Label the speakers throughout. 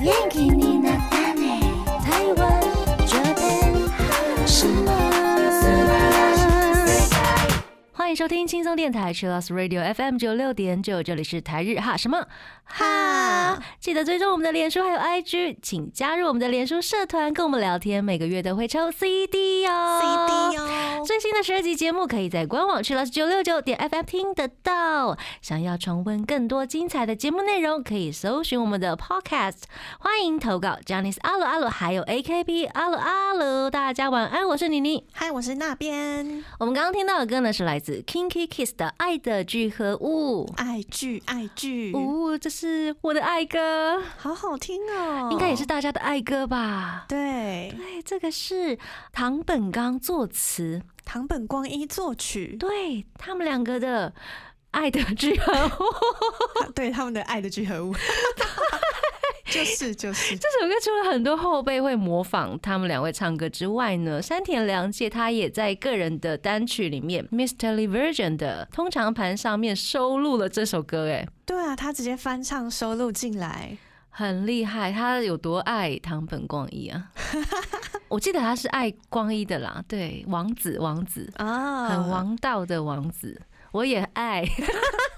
Speaker 1: 元気になったね台湾这边什么
Speaker 2: 欢迎收听轻松电台 Chillus Radio FM 九六点九，这里是台日哈什么哈，记得追踪我们的脸书还有 IG，请加入我们的脸书社团跟我们聊天，每个月都会抽 CD 哦。
Speaker 3: CD 哦。
Speaker 2: 最新的十二集节目可以在官网 Chillus 九六九点 FM 听得到。想要重温更多精彩的节目内容，可以搜寻我们的 Podcast。欢迎投稿 j a n i c e 阿鲁阿鲁，还有 AKB 阿鲁阿鲁。大家晚安，我是妮妮。
Speaker 3: 嗨，我是那边
Speaker 2: 我们刚刚听到的歌呢，是来自 Kinky Kiss 的《爱的聚合物》。
Speaker 3: 爱剧爱剧，
Speaker 2: 哦，这是我的爱歌，
Speaker 3: 好好听 哦，
Speaker 2: 应该也是大家的爱歌吧？
Speaker 3: 对。
Speaker 2: 对，这个是唐本刚作词，
Speaker 3: 唐本光一作曲，
Speaker 2: 对他们两个的《爱的聚合物》
Speaker 3: 对他们的爱的聚合物， 就是就是，
Speaker 2: 这首歌，除了很多后辈会模仿他们两位唱歌之外呢，山田凉介他也在个人的单曲里面《Mr. l e Version》的通常盘上面收录了这首歌，哎，
Speaker 3: 对啊，他直接翻唱收录进来，
Speaker 2: 很厉害，他有多爱唐本光一啊？我记得他是爱光一的啦，对，王子，王子，
Speaker 3: 啊，
Speaker 2: 很。王道的王子，我也爱，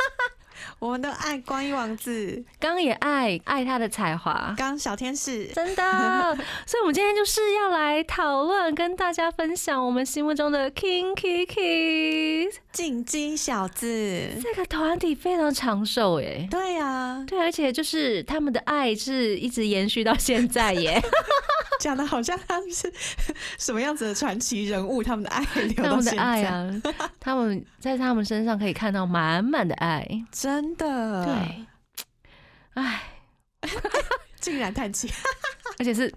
Speaker 3: 我们都爱光一王子，
Speaker 2: 刚也爱，爱他的才华。
Speaker 3: 刚小天使，
Speaker 2: 真的，所以我们今天就是要来讨论，跟大家分享我们心目中的 Kinky Kids
Speaker 3: 进击小子，
Speaker 2: 这个团体非常长寿哎，
Speaker 3: 嗯对啊，
Speaker 2: 对，而且就是他们的爱是一直延续到现在耶，
Speaker 3: 讲的好像他们是 什么样子的传奇人物，他们的爱流
Speaker 2: 他
Speaker 3: 到
Speaker 2: 们的
Speaker 3: 现
Speaker 2: 爱
Speaker 3: 在，
Speaker 2: 啊， 他们在他们身上可以看到满满的爱，
Speaker 3: 真的，
Speaker 2: 对，哎，
Speaker 3: 竟然叹气，
Speaker 2: 而且是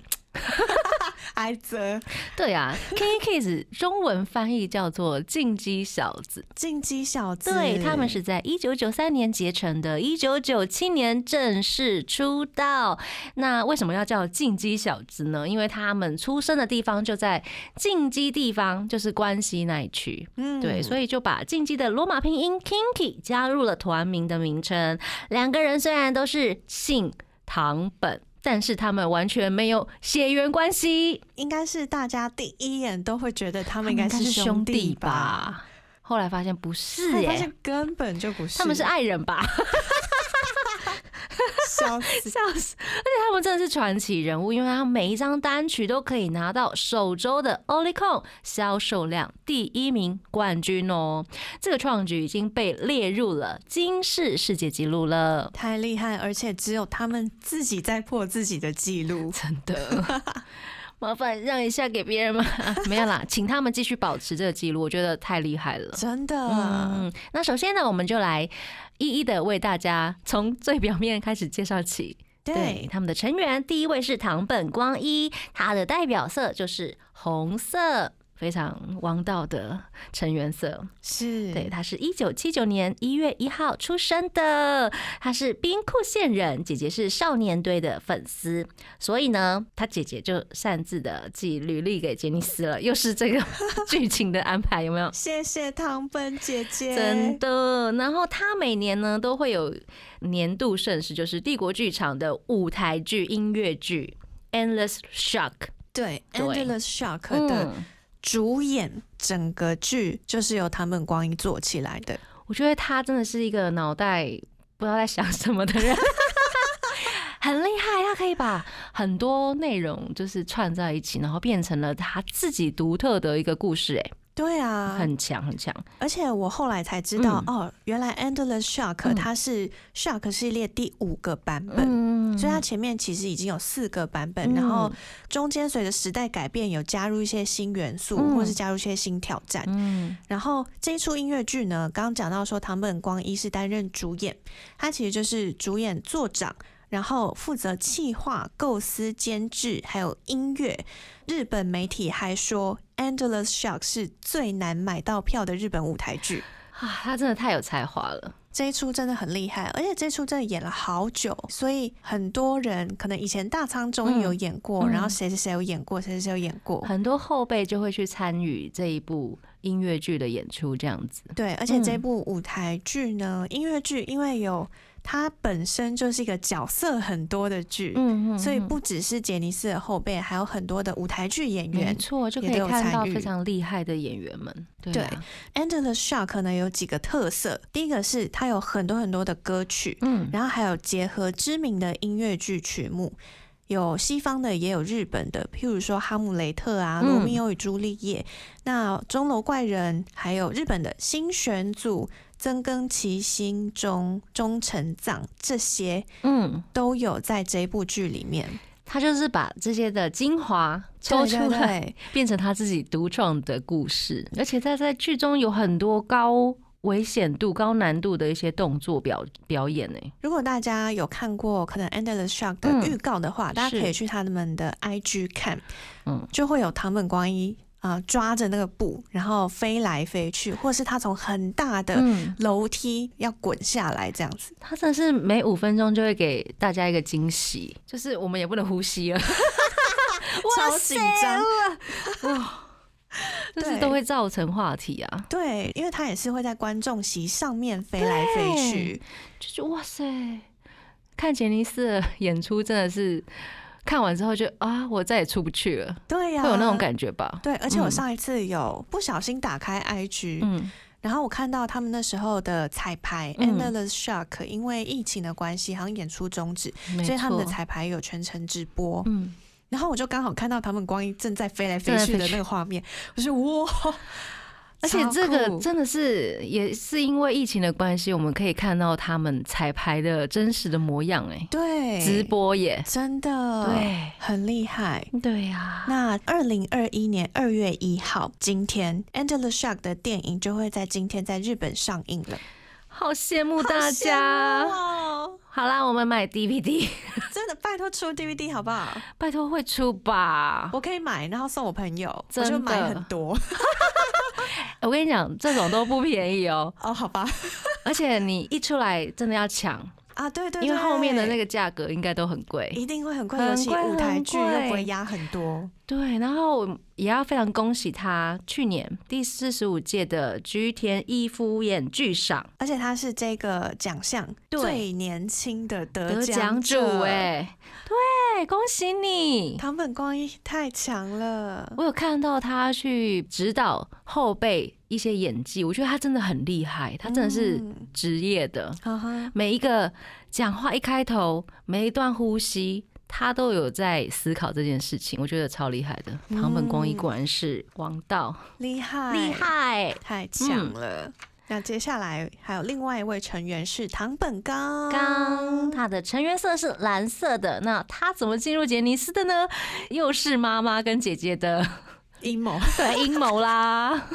Speaker 3: 挨责
Speaker 2: 对 啊，Kinky Kids 中文翻译叫做进击小子。
Speaker 3: 进击小子，
Speaker 2: 对，他们是在一九九三年结成的，一九九七年正式出道。那为什么要叫进击小子呢？因为他们出生的地方就在进击地方，就是关西那一区。
Speaker 3: 嗯
Speaker 2: 对，所以就把进击的罗马拼音 Kinky 加入了团名的名称。两个人虽然都是姓唐本，但是他们完全没有血缘关系，
Speaker 3: 应该是大家第一眼都会觉得他们应该
Speaker 2: 他
Speaker 3: 是
Speaker 2: 们
Speaker 3: 兄弟吧？
Speaker 2: 吧？后来发现不是
Speaker 3: 后来
Speaker 2: 耶、
Speaker 3: 发现根本就不是，
Speaker 2: 他们是啊爱人吧？
Speaker 3: 小子，
Speaker 2: 笑死！而且他们真的是传奇人物，因为他们每一张单曲都可以拿到首周的 Oricon 销售量第一名冠军哦。这个创举已经被列入了金氏世界纪录了。
Speaker 3: 太厉害，而且只有他们自己在破自己的记录，
Speaker 2: 真 的，麻烦让一下给别人嘛、啊没有啦，请他们继续保持这个记录，我觉得太厉害了。
Speaker 3: 真的。
Speaker 2: 嗯，那首先呢，我们就来一一的为大家从最表面开始介绍起。对
Speaker 3: 对，
Speaker 2: 他们的成员，第一位是唐本光一，他的代表色就是红色。非常王道的成员色，
Speaker 3: 是，
Speaker 2: 对，他是一九七九年一月一号出生的，他是兵库县人，姐姐是少年队的粉丝，所以呢，他姐姐就擅自的寄履历给杰尼斯了，又是这个 剧情的安排，有没有？
Speaker 3: 谢谢唐本姐姐，
Speaker 2: 真的。然后他每年呢都会有年度盛事，就是帝国剧场的舞台剧、音乐剧《Endless Shock》
Speaker 3: 对
Speaker 2: 对
Speaker 3: Endless Shock 的
Speaker 2: 嗯
Speaker 3: 主演，整个剧就是由唐本光一做起来的，
Speaker 2: 我觉得他真的是一个脑袋不知道在想什么的人。 很厉害，他可以把很多内容就是串在一起，然后变成了他自己独特的一个故事、
Speaker 3: 对啊，
Speaker 2: 哎，很强很强。
Speaker 3: 而且我后来才知道，
Speaker 2: 嗯
Speaker 3: 哦，原来 Endless Shark
Speaker 2: 嗯
Speaker 3: 它是 Shark 系列第五个版本，
Speaker 2: 嗯
Speaker 3: 所以它前面其实已经有四个版本，然后中间随着时代改变，有加入一些新元素，
Speaker 2: 嗯
Speaker 3: 或是加入一些新挑战。
Speaker 2: 嗯
Speaker 3: 然后这一出音乐剧呢，刚刚讲到说唐本光一是担任主演，他其实就是主演作长。然后负责企划、构思、监制，还有音乐。日本媒体还说，《Endless Shock》是最难买到票的日本舞台剧。
Speaker 2: 啊，他真的太有才华了。
Speaker 3: 这一出真的很厉害，而且这一出真的演了好久，所以很多人可能以前大仓综艺有演过，
Speaker 2: 嗯嗯
Speaker 3: 然后谁谁谁有演过，谁谁谁有演过，
Speaker 2: 很多后辈就会去参与这一部音乐剧的演出，这样子。
Speaker 3: 对，而且这部舞台剧呢，音乐剧因为有它本身就是一个角色很多的剧，
Speaker 2: 嗯嗯，
Speaker 3: 所以
Speaker 2: 嗯
Speaker 3: 不只是杰尼斯的后辈，还有很多的舞台剧演
Speaker 2: 没
Speaker 3: 员。
Speaker 2: 错，就
Speaker 3: 也
Speaker 2: 可以
Speaker 3: 都有
Speaker 2: 看
Speaker 3: 参
Speaker 2: 到
Speaker 3: 与
Speaker 2: 非常厉害的演员们。对
Speaker 3: 对
Speaker 2: 啊
Speaker 3: Under the Shark 呢有几个特色，第一个是它有很多很多的歌曲，
Speaker 2: 嗯，
Speaker 3: 然后还有结合知名的音乐剧曲目，有西方的，也有日本的，譬如说《哈姆雷特》啊，《罗
Speaker 2: 嗯
Speaker 3: 密欧与朱丽叶》那《钟楼怪人》，还有日本的新选组、曾根崎心中、中城藏，这些
Speaker 2: 嗯，
Speaker 3: 都有在这部剧里面
Speaker 2: 他就是把这些的精华抽出来，
Speaker 3: 对对对
Speaker 2: 变成他自己独创的故事，而且他在剧中有很多高危险度、高难度的一些动作表表演欸呢、
Speaker 3: 如果大家有看过可能《Under the Shark》的
Speaker 2: 嗯
Speaker 3: 预告的话，大家
Speaker 2: 是
Speaker 3: 可以去他们的 IG 看，
Speaker 2: 嗯，
Speaker 3: 就会有唐本光一啊、呃抓着那个布，然后飞来飞去，或是他从很大的
Speaker 2: 嗯，
Speaker 3: 楼梯要滚下来这样子。
Speaker 2: 他真的是每五分钟就会给大家一个惊喜，就是我们也不能呼吸 了，
Speaker 3: 超紧张，
Speaker 2: 哦就是
Speaker 3: 对
Speaker 2: 都会造成话题啊，
Speaker 3: 对，因为他也是会在观众席上面飞来飞去，
Speaker 2: 就是哇塞，看杰尼斯的演出真的是看完之后就啊，我再也出不去了，
Speaker 3: 对呀、
Speaker 2: 会有那种感觉吧？
Speaker 3: 对，而且我
Speaker 2: 嗯
Speaker 3: 上一次有不小心打开 IG，、
Speaker 2: 嗯，
Speaker 3: 然后我看到他们那时候的彩排，《
Speaker 2: 嗯
Speaker 3: Under the Shark》因为疫情的关系，好像演出终止，
Speaker 2: 没
Speaker 3: 所以他们的
Speaker 2: 错
Speaker 3: 彩排有全程直播。
Speaker 2: 嗯。
Speaker 3: 然后我就刚好看到他们光一正在飞来飞
Speaker 2: 正在
Speaker 3: 去
Speaker 2: 飞
Speaker 3: 的那
Speaker 2: 去
Speaker 3: 个画面，我说哇，
Speaker 2: 而且这
Speaker 3: 超
Speaker 2: 个
Speaker 3: 酷
Speaker 2: 真的是也是因为疫情的关系，我们可以看到他们彩排的真实的模样、哎，
Speaker 3: 对
Speaker 2: 直播耶，
Speaker 3: 真的
Speaker 2: 对
Speaker 3: 很厉害。
Speaker 2: 对呀、
Speaker 3: 那二零二一年二月一号，今天《Under the Shark》的电影就会在今天在日本上映了，
Speaker 2: 好羡慕大家。
Speaker 3: 好羡慕哦
Speaker 2: 好啦，我们买 DVD，
Speaker 3: 真的拜托出 DVD 好不好？
Speaker 2: 拜托会出吧？
Speaker 3: 我可以买，然后送我朋友，我
Speaker 2: 真
Speaker 3: 就
Speaker 2: 的
Speaker 3: 买很多
Speaker 2: 我跟你讲，这种都不便宜哦，
Speaker 3: 哦，好吧？
Speaker 2: 而且你一出来真的要抢，
Speaker 3: 啊，对对对，
Speaker 2: 因为后面的那个价格应该都很贵。
Speaker 3: 一定会很贵，
Speaker 2: 很
Speaker 3: 尤其
Speaker 2: 贵
Speaker 3: 舞台剧
Speaker 2: 很
Speaker 3: 又
Speaker 2: 贵
Speaker 3: 不会压很多。
Speaker 2: 对，然后也要非常恭喜他，去年第四十五届的菊田一夫演剧赏
Speaker 3: 而且他是这个奖项
Speaker 2: 对
Speaker 3: 最年轻的
Speaker 2: 得
Speaker 3: 得
Speaker 2: 奖
Speaker 3: 者
Speaker 2: 主，哎、对，恭喜你！
Speaker 3: 唐本光一太强了。
Speaker 2: 我有看到他去指导后辈一些演技，我觉得他真的很厉害，他真的是
Speaker 3: 嗯
Speaker 2: 职业的，
Speaker 3: 哈哈，
Speaker 2: 每一个讲话一开头，每一段呼吸。他都有在思考这件事情，我觉得超厉害的。唐本光一
Speaker 3: 嗯
Speaker 2: 果然是王道，
Speaker 3: 厉害，
Speaker 2: 厉，害！嗯
Speaker 3: 太强了。那接下来还有另外一位成员是唐本刚，
Speaker 2: 刚他的成员色是蓝色的，那他怎么进入杰尼斯的呢？又是妈妈跟姐姐 的
Speaker 3: 阴谋。
Speaker 2: 对阴谋啦，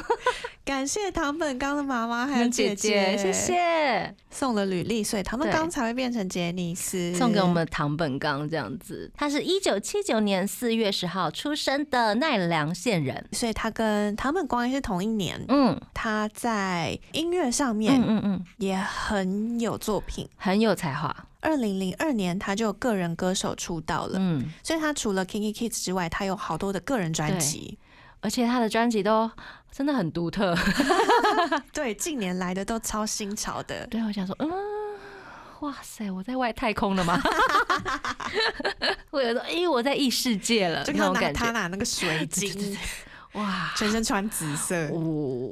Speaker 3: 感谢唐本刚的妈妈还
Speaker 2: 跟
Speaker 3: 有
Speaker 2: 嗯姐
Speaker 3: 嗯姐，
Speaker 2: 谢谢。
Speaker 3: 送了履历，所以唐本
Speaker 2: 对
Speaker 3: 刚才会变成杰尼斯，
Speaker 2: 送给我们的唐本刚这样子。他是一九七九年四月十号出生的奈良县人。
Speaker 3: 所以他跟唐本光一是同一年，
Speaker 2: 嗯
Speaker 3: 他在音乐上
Speaker 2: 嗯
Speaker 3: 面
Speaker 2: 嗯嗯，
Speaker 3: 也很有作品。
Speaker 2: 很有才华。
Speaker 3: 二零零二年他就个人歌手出道了，
Speaker 2: 嗯，
Speaker 3: 所以他除了 Kinky Kids 之外，他有好多的个人专辑。
Speaker 2: 而且他的专辑都真的很独 特。
Speaker 3: 对，近年来的都超新潮的。
Speaker 2: 对，我想说，嗯，哇塞，我在外太空了 吗？ 我有说，哎、我在异世界了，
Speaker 3: 就
Speaker 2: 那
Speaker 3: 看
Speaker 2: 种
Speaker 3: 到拿
Speaker 2: 感
Speaker 3: 他
Speaker 2: 觉。
Speaker 3: 拿那个水 晶，
Speaker 2: 哇，
Speaker 3: 全身穿紫色。
Speaker 2: 哦，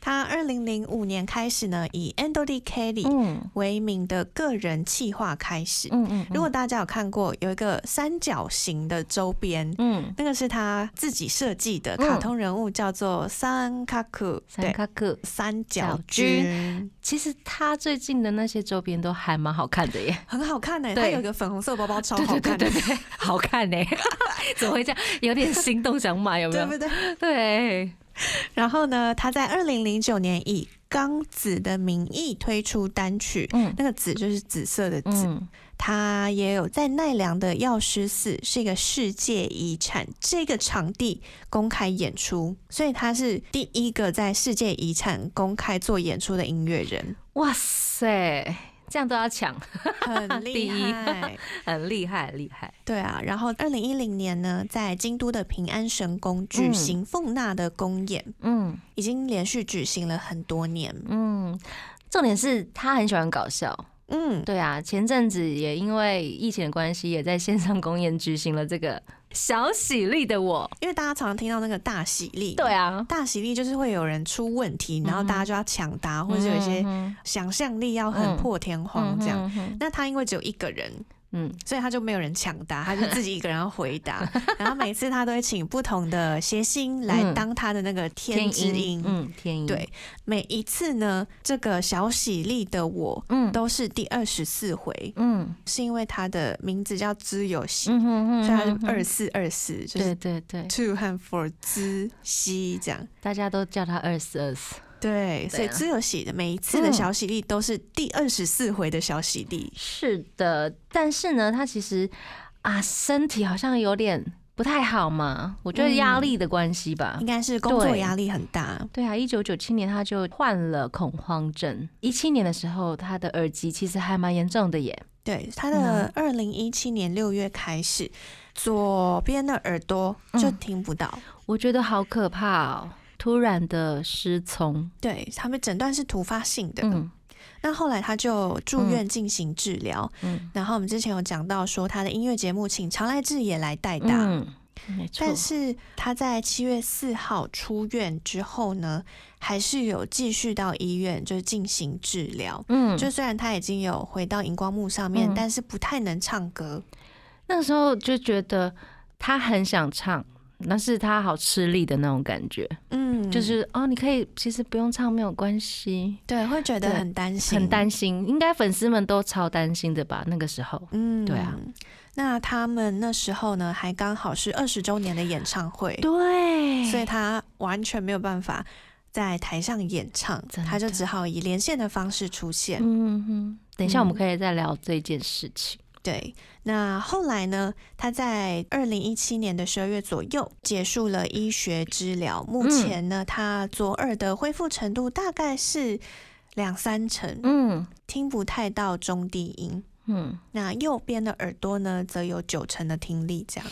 Speaker 3: 他二零零五年开始呢，以 Anthony Kelly
Speaker 2: 嗯
Speaker 3: 为名的个人企划开始。
Speaker 2: 嗯嗯，
Speaker 3: 如果大家有看过，有一个三角形的周边，
Speaker 2: 嗯。
Speaker 3: 那个是他自己设计的卡
Speaker 2: 嗯
Speaker 3: 通人物，叫做三卡库，
Speaker 2: 三
Speaker 3: 对，
Speaker 2: 卡克，
Speaker 3: 三角
Speaker 2: 角
Speaker 3: 君，
Speaker 2: 其实他最近的那些周边都还蛮好看的耶。
Speaker 3: 很好看呢、欸。
Speaker 2: 对
Speaker 3: 他有一个粉红色包包，超
Speaker 2: 对
Speaker 3: 好
Speaker 2: 对对
Speaker 3: 看的
Speaker 2: 对，对，好看呢、怎么会这样？有点心动想买，有没
Speaker 3: 对
Speaker 2: 有？
Speaker 3: 不对？
Speaker 2: 对，
Speaker 3: 然后呢，他在二零零九年以刚子的名义推出单曲。
Speaker 2: 嗯
Speaker 3: 那个紫就是紫色的紫，
Speaker 2: 嗯，
Speaker 3: 他也有在奈良的药师寺是一个世界遗产这个场地公开演出，所以他是第一个在世界遗产公开做演出的音乐人，
Speaker 2: 哇塞，这样都要抢，
Speaker 3: 很
Speaker 2: 第
Speaker 3: 厉
Speaker 2: 一
Speaker 3: 害。
Speaker 2: 很厉害，很厉害。
Speaker 3: 对啊，然后二零一零年呢，在京都的平安神宫举行奉纳的公演，
Speaker 2: 嗯
Speaker 3: 已经连续举行了很多年。
Speaker 2: 嗯，重点是他很喜欢搞笑，
Speaker 3: 嗯，
Speaker 2: 对啊，前阵子也因为疫情的关系，也在线上公演举行了这个小喜力的我。
Speaker 3: 因为大家常常听到那个大喜力，
Speaker 2: 对，啊，
Speaker 3: 大喜力就是会有人出问题，然后大家就要抢答，或
Speaker 2: 者
Speaker 3: 者有一些
Speaker 2: 嗯
Speaker 3: 想象力要很破天荒这样。，那他因为只有一个人，
Speaker 2: 嗯
Speaker 3: 所以他就没有人抢 答，他就自己一个人要回答。然后每次他都会请不同的谐星来
Speaker 2: 嗯
Speaker 3: 当他的那个天之音。
Speaker 2: 嗯，天音，
Speaker 3: 对，每一次呢，这个小喜力的我
Speaker 2: 嗯，
Speaker 3: 都是第二十四回，
Speaker 2: 嗯
Speaker 3: 是因为他的名字叫资有喜，
Speaker 2: 嗯哼哼，
Speaker 3: 所以他就
Speaker 2: 哼
Speaker 3: 二，四二四，就
Speaker 2: 对
Speaker 3: 是
Speaker 2: 对对，
Speaker 3: two 和 for 资喜这样。
Speaker 2: 大家都叫他二四二四，
Speaker 3: 对，所以
Speaker 2: 啊
Speaker 3: 资有喜的每一次的
Speaker 2: 嗯
Speaker 3: 小喜力都是第二十四回的小喜力。
Speaker 2: 是的，但是呢，他其实啊，身体好像有点不太好嘛，我觉得压力的关系吧。
Speaker 3: 应该是工作
Speaker 2: 对
Speaker 3: 压力很大，
Speaker 2: 对啊，一九九七年他就患了恐慌症，一七年的时候他的耳疾其实还蛮严重的耶。
Speaker 3: 对，他
Speaker 2: 嗯
Speaker 3: 的二零一七年六月开始，左边的耳朵就
Speaker 2: 嗯
Speaker 3: 听不到。
Speaker 2: 我觉得好可怕哦，突然的失聪。
Speaker 3: 对他们诊断是突发性的，
Speaker 2: 嗯
Speaker 3: 那后来他就住院进行治疗。
Speaker 2: 嗯
Speaker 3: 然后我们之前有讲到说，他的音乐节目请常来志也来代打，
Speaker 2: 嗯，没错
Speaker 3: 但。是他在七月四号出院之后呢，还是有继续到医院就进行治疗。
Speaker 2: 嗯，就
Speaker 3: 就虽然他已经有回到荧光幕上面，
Speaker 2: 嗯
Speaker 3: 但是不太能唱歌。嗯
Speaker 2: 那个时候就觉得他很想唱，但是他好吃力的那种感觉，
Speaker 3: 嗯，
Speaker 2: 就是哦，你可以其实不用唱没有关系，
Speaker 3: 对，会觉得
Speaker 2: 对
Speaker 3: 很担心，
Speaker 2: 很担心，应该粉丝们都超担心的吧？那个时候，
Speaker 3: 嗯，
Speaker 2: 对啊。
Speaker 3: 那他们那时候呢，还刚好是二十周年的演唱会，
Speaker 2: 对
Speaker 3: 所以他完全没有办法在台上演唱，
Speaker 2: 真的
Speaker 3: 他就只好以连线的方式出现。
Speaker 2: 嗯哼，等一下我们
Speaker 3: 嗯
Speaker 2: 可以再聊这件事情。
Speaker 3: 对，那后来呢，他在二零一七年的十二月左右结束了医学治疗，目前呢，他左耳的恢复程度大概是两三成，
Speaker 2: 嗯
Speaker 3: 听不太到中低音。
Speaker 2: 嗯，
Speaker 3: 那右边的耳朵呢，则有九成的听力，这样。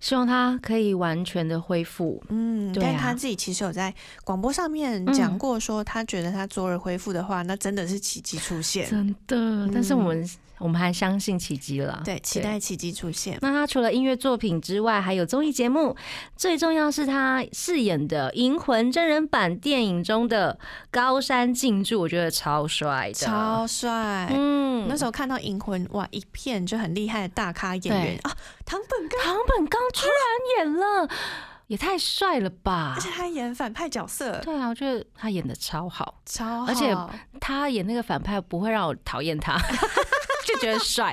Speaker 2: 希望他可以完全的恢复。
Speaker 3: 嗯，
Speaker 2: 对嗯
Speaker 3: 但
Speaker 2: 啊
Speaker 3: 他自己其实有在广播上面讲过，说他觉得他昨日恢复的话，那真的是奇迹出现。
Speaker 2: 真的，嗯但是我们、我们还相信奇迹啦。
Speaker 3: 对，期待奇迹出现。
Speaker 2: 那他除了音乐作品之外，还有综艺节目，最重要是他饰演的《银魂》真人版电影中的高山静助，我觉得超帅的，
Speaker 3: 超帅！
Speaker 2: 嗯
Speaker 3: 那时候看到《银魂》，哇，一片就很厉害的大咖演员啊，唐本刚，
Speaker 2: 唐本刚居然演了，也太帅了吧
Speaker 3: 而！且他演反派角色，
Speaker 2: 对啊，我觉得他演的超好，
Speaker 3: 超好
Speaker 2: 而且他演那个反派不会让我讨厌他， 就觉得帅，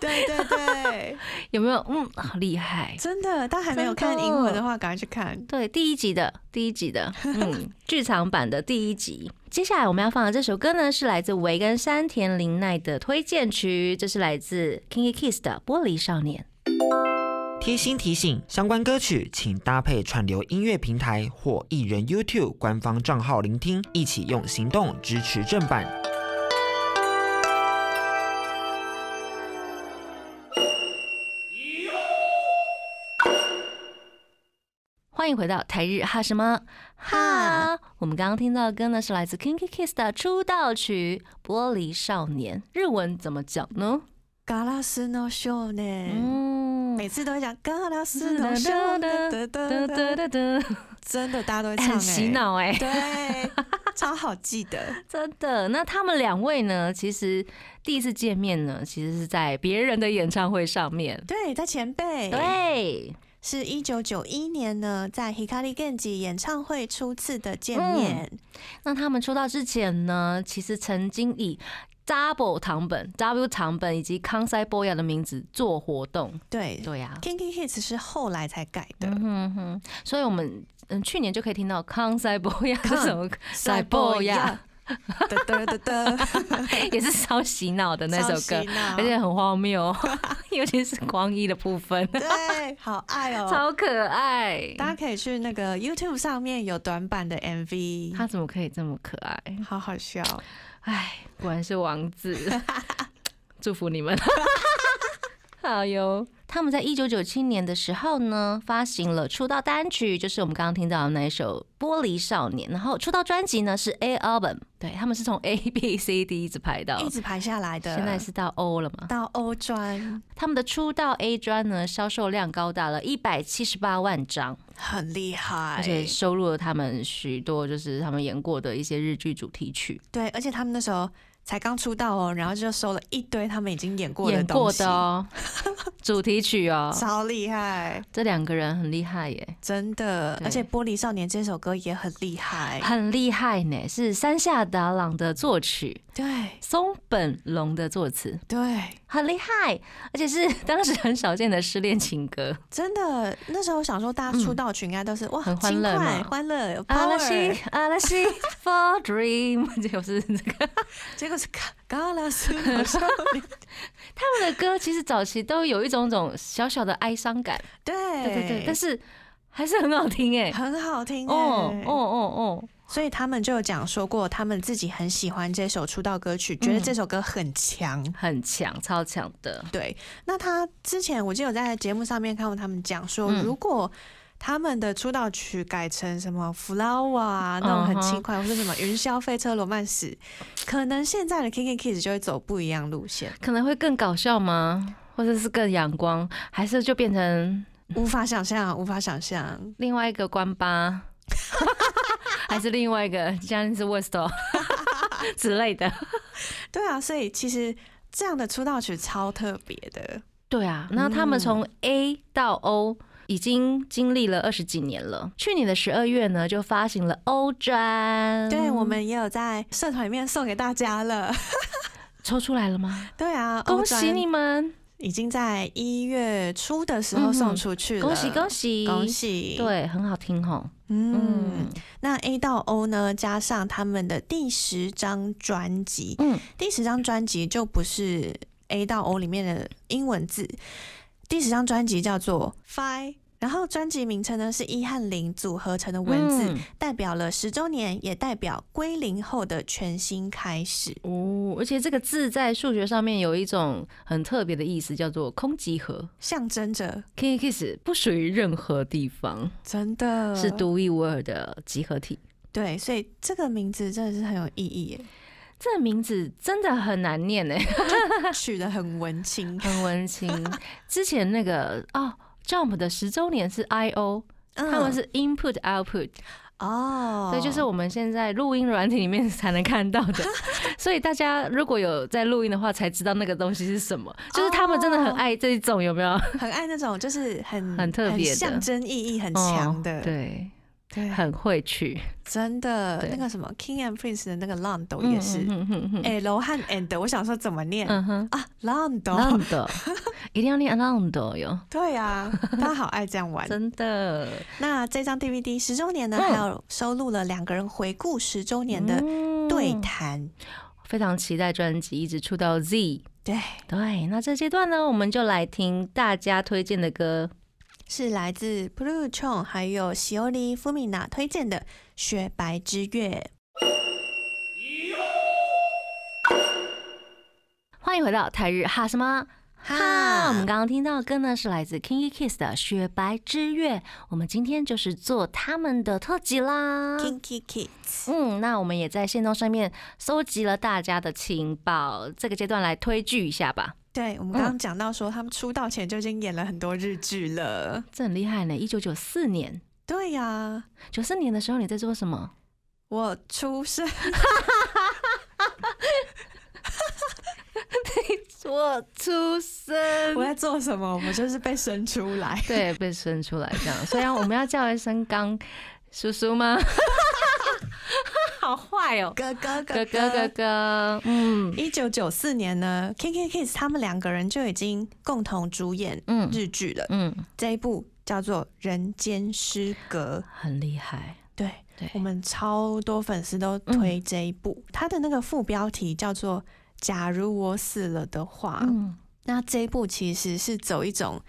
Speaker 3: 对对 对，
Speaker 2: 有没有？嗯，好厉害。
Speaker 3: 真的，大家还没有
Speaker 2: 真的
Speaker 3: 看《银魂》的话，赶快去看。
Speaker 2: 对，第一集的第一集的，嗯，剧场版的第一集。接下来我们要放的这首歌呢，是来自维根山田绫奈的推荐曲，这是来自 Kinky Kiss 的《玻璃少年》。
Speaker 4: 贴心提醒：相关歌曲请搭配串流音乐平台或艺人 YouTube 官方账号聆听，一起用行动支持正版。
Speaker 2: 欢迎回到台日哈什么哈
Speaker 3: 哈？
Speaker 2: 我们刚刚听到的歌呢，是来自 Kinky Kiss 的出道曲《玻璃少年》，日文怎么讲呢？
Speaker 3: 嘎拉斯诺秀呢？
Speaker 2: 嗯，
Speaker 3: 每次都会讲嘎拉斯诺秀呢，哒哒
Speaker 2: 哒哒
Speaker 3: 哒哒
Speaker 2: 哒 哒，
Speaker 3: 真的大家都会唱，
Speaker 2: 很洗
Speaker 3: 哎
Speaker 2: 脑哎、
Speaker 3: 对，超好记得。
Speaker 2: 真的，那他们两位呢？其实第一次见面呢，其实是在别人的演唱会上面。
Speaker 3: 对，在前辈，，
Speaker 2: 对，
Speaker 3: 是一九九一年呢，在 Hikari Genji 演唱会初次的见面。
Speaker 2: 嗯那他们出道之前呢，其实曾经以 Double 堂本、W 堂本以及 Kansai Boya 的名字做活动。
Speaker 3: 对
Speaker 2: 对啊呀、
Speaker 3: ，Kinky Hits 是后来才改的。
Speaker 2: 嗯 哼哼，所以我们嗯去年就可以听到 Kansai Boya 这首 歌，塞波亚，
Speaker 3: 哒哒哒哒，
Speaker 2: 也是超洗脑的那首
Speaker 3: 超
Speaker 2: 歌
Speaker 3: 洗，脑
Speaker 2: 而且很荒谬哦， 尤其是光一的部分，
Speaker 3: 对，好爱哦。
Speaker 2: 超可爱。
Speaker 3: 大家可以去那个 YouTube 上面有短版的 MV，
Speaker 2: 他怎哦么可以这么可爱？
Speaker 3: 好好笑。
Speaker 2: 哎，果然是王子，祝福你们。 好哟。他们在一九九七年的时候呢，发行了出道单曲，就是我们刚刚听到的那一首《玻璃少年》。然后出道专辑呢是 A album，对他们是从 A B C D 一直排到，
Speaker 3: 一直排下来的。
Speaker 2: 现在是到 O 了嘛？
Speaker 3: 到欧专，
Speaker 2: 他们的出道 A 专呢，销售量高达了一百七十八万张，
Speaker 3: 很厉害
Speaker 2: 而。
Speaker 3: 哎
Speaker 2: 且收录了他们许多就是他们演过的一些日剧主题曲，
Speaker 3: 对，而且他们那时候才刚出道哦，然后就收了一堆他们已经演过的
Speaker 2: 演
Speaker 3: 东
Speaker 2: 过
Speaker 3: 西，
Speaker 2: 的 哦，主题曲哦，
Speaker 3: 超厉害，
Speaker 2: 这两个人很厉害耶，
Speaker 3: 真
Speaker 2: 对
Speaker 3: 的。
Speaker 2: 啊
Speaker 3: 而且《玻璃少年》这首歌也很厉害，
Speaker 2: 很厉害呢，是山下达郎的作曲，
Speaker 3: 对
Speaker 2: 松本龙的作词，
Speaker 3: 对，
Speaker 2: 很厉害，而且是 当时很少见的失恋情歌。
Speaker 3: 真的。那时候想说，大家出道曲应该都是、哇，
Speaker 2: 嗯很欢乐
Speaker 3: 轻快
Speaker 2: 嘛啊
Speaker 3: 欢乐，有
Speaker 2: 阿拉西
Speaker 3: power。，
Speaker 2: 阿拉西，For Dream，就是 这个。
Speaker 3: 结果是嘎嘎啦斯魔少女，
Speaker 2: 他们的歌其实早期都有一种种小小的哀伤感，
Speaker 3: 对
Speaker 2: 对对对，但
Speaker 3: 是
Speaker 2: 是还是很好听哎、
Speaker 3: 很好听、欸、
Speaker 2: 哦哦哦哦，
Speaker 3: 所以他们就有讲说过，他们自己很喜欢这首出道歌曲，觉得
Speaker 2: 嗯
Speaker 3: 这首歌很强。
Speaker 2: 很强，超强的。
Speaker 3: 对，那他之前我记得我在节目上面看过他们讲说，
Speaker 2: 嗯
Speaker 3: 如果他们的出道曲改成什么《Flower 啊》那
Speaker 2: 嗯
Speaker 3: 种很轻快，或者什么《云霄飞车罗曼史》，可能现在的 King King Kids 就会走不一样路线，
Speaker 2: 可能会更搞笑吗？或者是更阳光，还是就变成
Speaker 3: 无法想象，无法想象。
Speaker 2: 另外一个关八， 还是另外一个 j a n i c e West 哦 之类的？
Speaker 3: 对啊，所以其实这样的出道曲超特别的，
Speaker 2: 对啊，那他
Speaker 3: 嗯
Speaker 2: 们从 A 到 O 已经经历了二十几年了。去年的十二月呢，就发行了 O 专，
Speaker 3: 对我们也有在社团里面送给大家了。
Speaker 2: 抽出来了吗？
Speaker 3: 对啊，
Speaker 2: 恭喜你！们，
Speaker 3: 已经在一月初的时候
Speaker 2: 嗯
Speaker 3: 送
Speaker 2: 哼
Speaker 3: 出去了，
Speaker 2: 恭喜恭喜
Speaker 3: 恭！喜！，
Speaker 2: 对，很好听吼。
Speaker 3: 嗯
Speaker 2: 嗯，
Speaker 3: 那 A 到 O 呢，加上他们的第十张专辑，
Speaker 2: 嗯，
Speaker 3: 第十张专辑就不是 A 到 O 里面的英文字，第十张专辑叫做 Five。然后专辑名称呢是一和零组合成的文字，
Speaker 2: 嗯
Speaker 3: 代表了十周年，也代表归零后的全新开始。
Speaker 2: 哦，而且这个字在数学上面有一种很特别的意思，叫做空集合。
Speaker 3: 象征着
Speaker 2: K Kiss 不属于任何地方，
Speaker 3: 真的
Speaker 2: 是独一无二的集合体。
Speaker 3: 对，所以这个名字真的是很有意义 耶，
Speaker 2: 这个名字真的很难 念哎，
Speaker 3: 取得很文青。
Speaker 2: 很文青。之前那个哦，Jump 的十周年是 I O，他们
Speaker 3: 嗯
Speaker 2: 是 Input Output，
Speaker 3: 哦，
Speaker 2: 对，就是我们现在录音软体里面 才能看到的，所以大家如果有在录音的话，才知道那个东西是什么。就是他们真的很爱这一种，有没有？
Speaker 3: 哦很爱那种，就是很
Speaker 2: 很特别的
Speaker 3: 象征意义很强的，
Speaker 2: 哦对，
Speaker 3: 对
Speaker 2: 很会去，
Speaker 3: 真的
Speaker 2: 对
Speaker 3: 那个什么 King and Prince 的那个浪斗也是，
Speaker 2: 嗯哼哼，
Speaker 3: 哎、罗汉 and 我想说怎么念、
Speaker 2: 嗯哼
Speaker 3: 啊？浪斗，
Speaker 2: 浪的，一定要念浪的哟，
Speaker 3: 对啊，他好爱这样玩。
Speaker 2: 真的。
Speaker 3: 那这张 DVD 十周年呢，
Speaker 2: 嗯
Speaker 3: 还有收录了两个人回顾十周年的
Speaker 2: 嗯
Speaker 3: 对谈，
Speaker 2: 非常期待专辑一直出到 Z。
Speaker 3: 对，
Speaker 2: 对，那这阶段呢，我们就来听大家推荐的歌。
Speaker 3: 是来自 Blue Chong 还有喜欧里 Fumina 推荐的《雪白之月》。
Speaker 2: 欢迎回到台日哈什么？哈，
Speaker 3: 哈
Speaker 2: 我们刚刚听到的歌呢是来自 Kinky Kiss 的《雪白之月》，我们今天就是做他们的特辑啦。
Speaker 3: Kinky Kids，
Speaker 2: 嗯，那我们也在线动上面搜集了大家的情报，这个阶段来推剧一下吧。
Speaker 3: 对我们刚刚讲到说，他们出道前就已经演了很多日剧了。
Speaker 2: 这很厉害呢，一九九四年，
Speaker 3: 对呀、
Speaker 2: 九四年的时候你在做什么？
Speaker 3: 我出 生，
Speaker 2: 我出
Speaker 3: 我
Speaker 2: 生，。
Speaker 3: 在做什么？我就是被生出来
Speaker 2: 对，被生出来这样。虽然我们要叫一声刚叔叔吗？ 好坏哦，
Speaker 3: 哥哥，
Speaker 2: 哥哥哥哥，嗯
Speaker 3: 一九九四年呢，Kinky Kids 他们两个人就已经共同主演
Speaker 2: 嗯
Speaker 3: 日剧了。
Speaker 2: 嗯，
Speaker 3: 这一部叫做《人间失格》，
Speaker 2: 很厉害。
Speaker 3: 对嗯
Speaker 2: 对
Speaker 3: 我们超多粉丝都推这一部。它的那个副标题叫做“假如我死了的话”，
Speaker 2: 嗯，
Speaker 3: 那这一部其实是走一种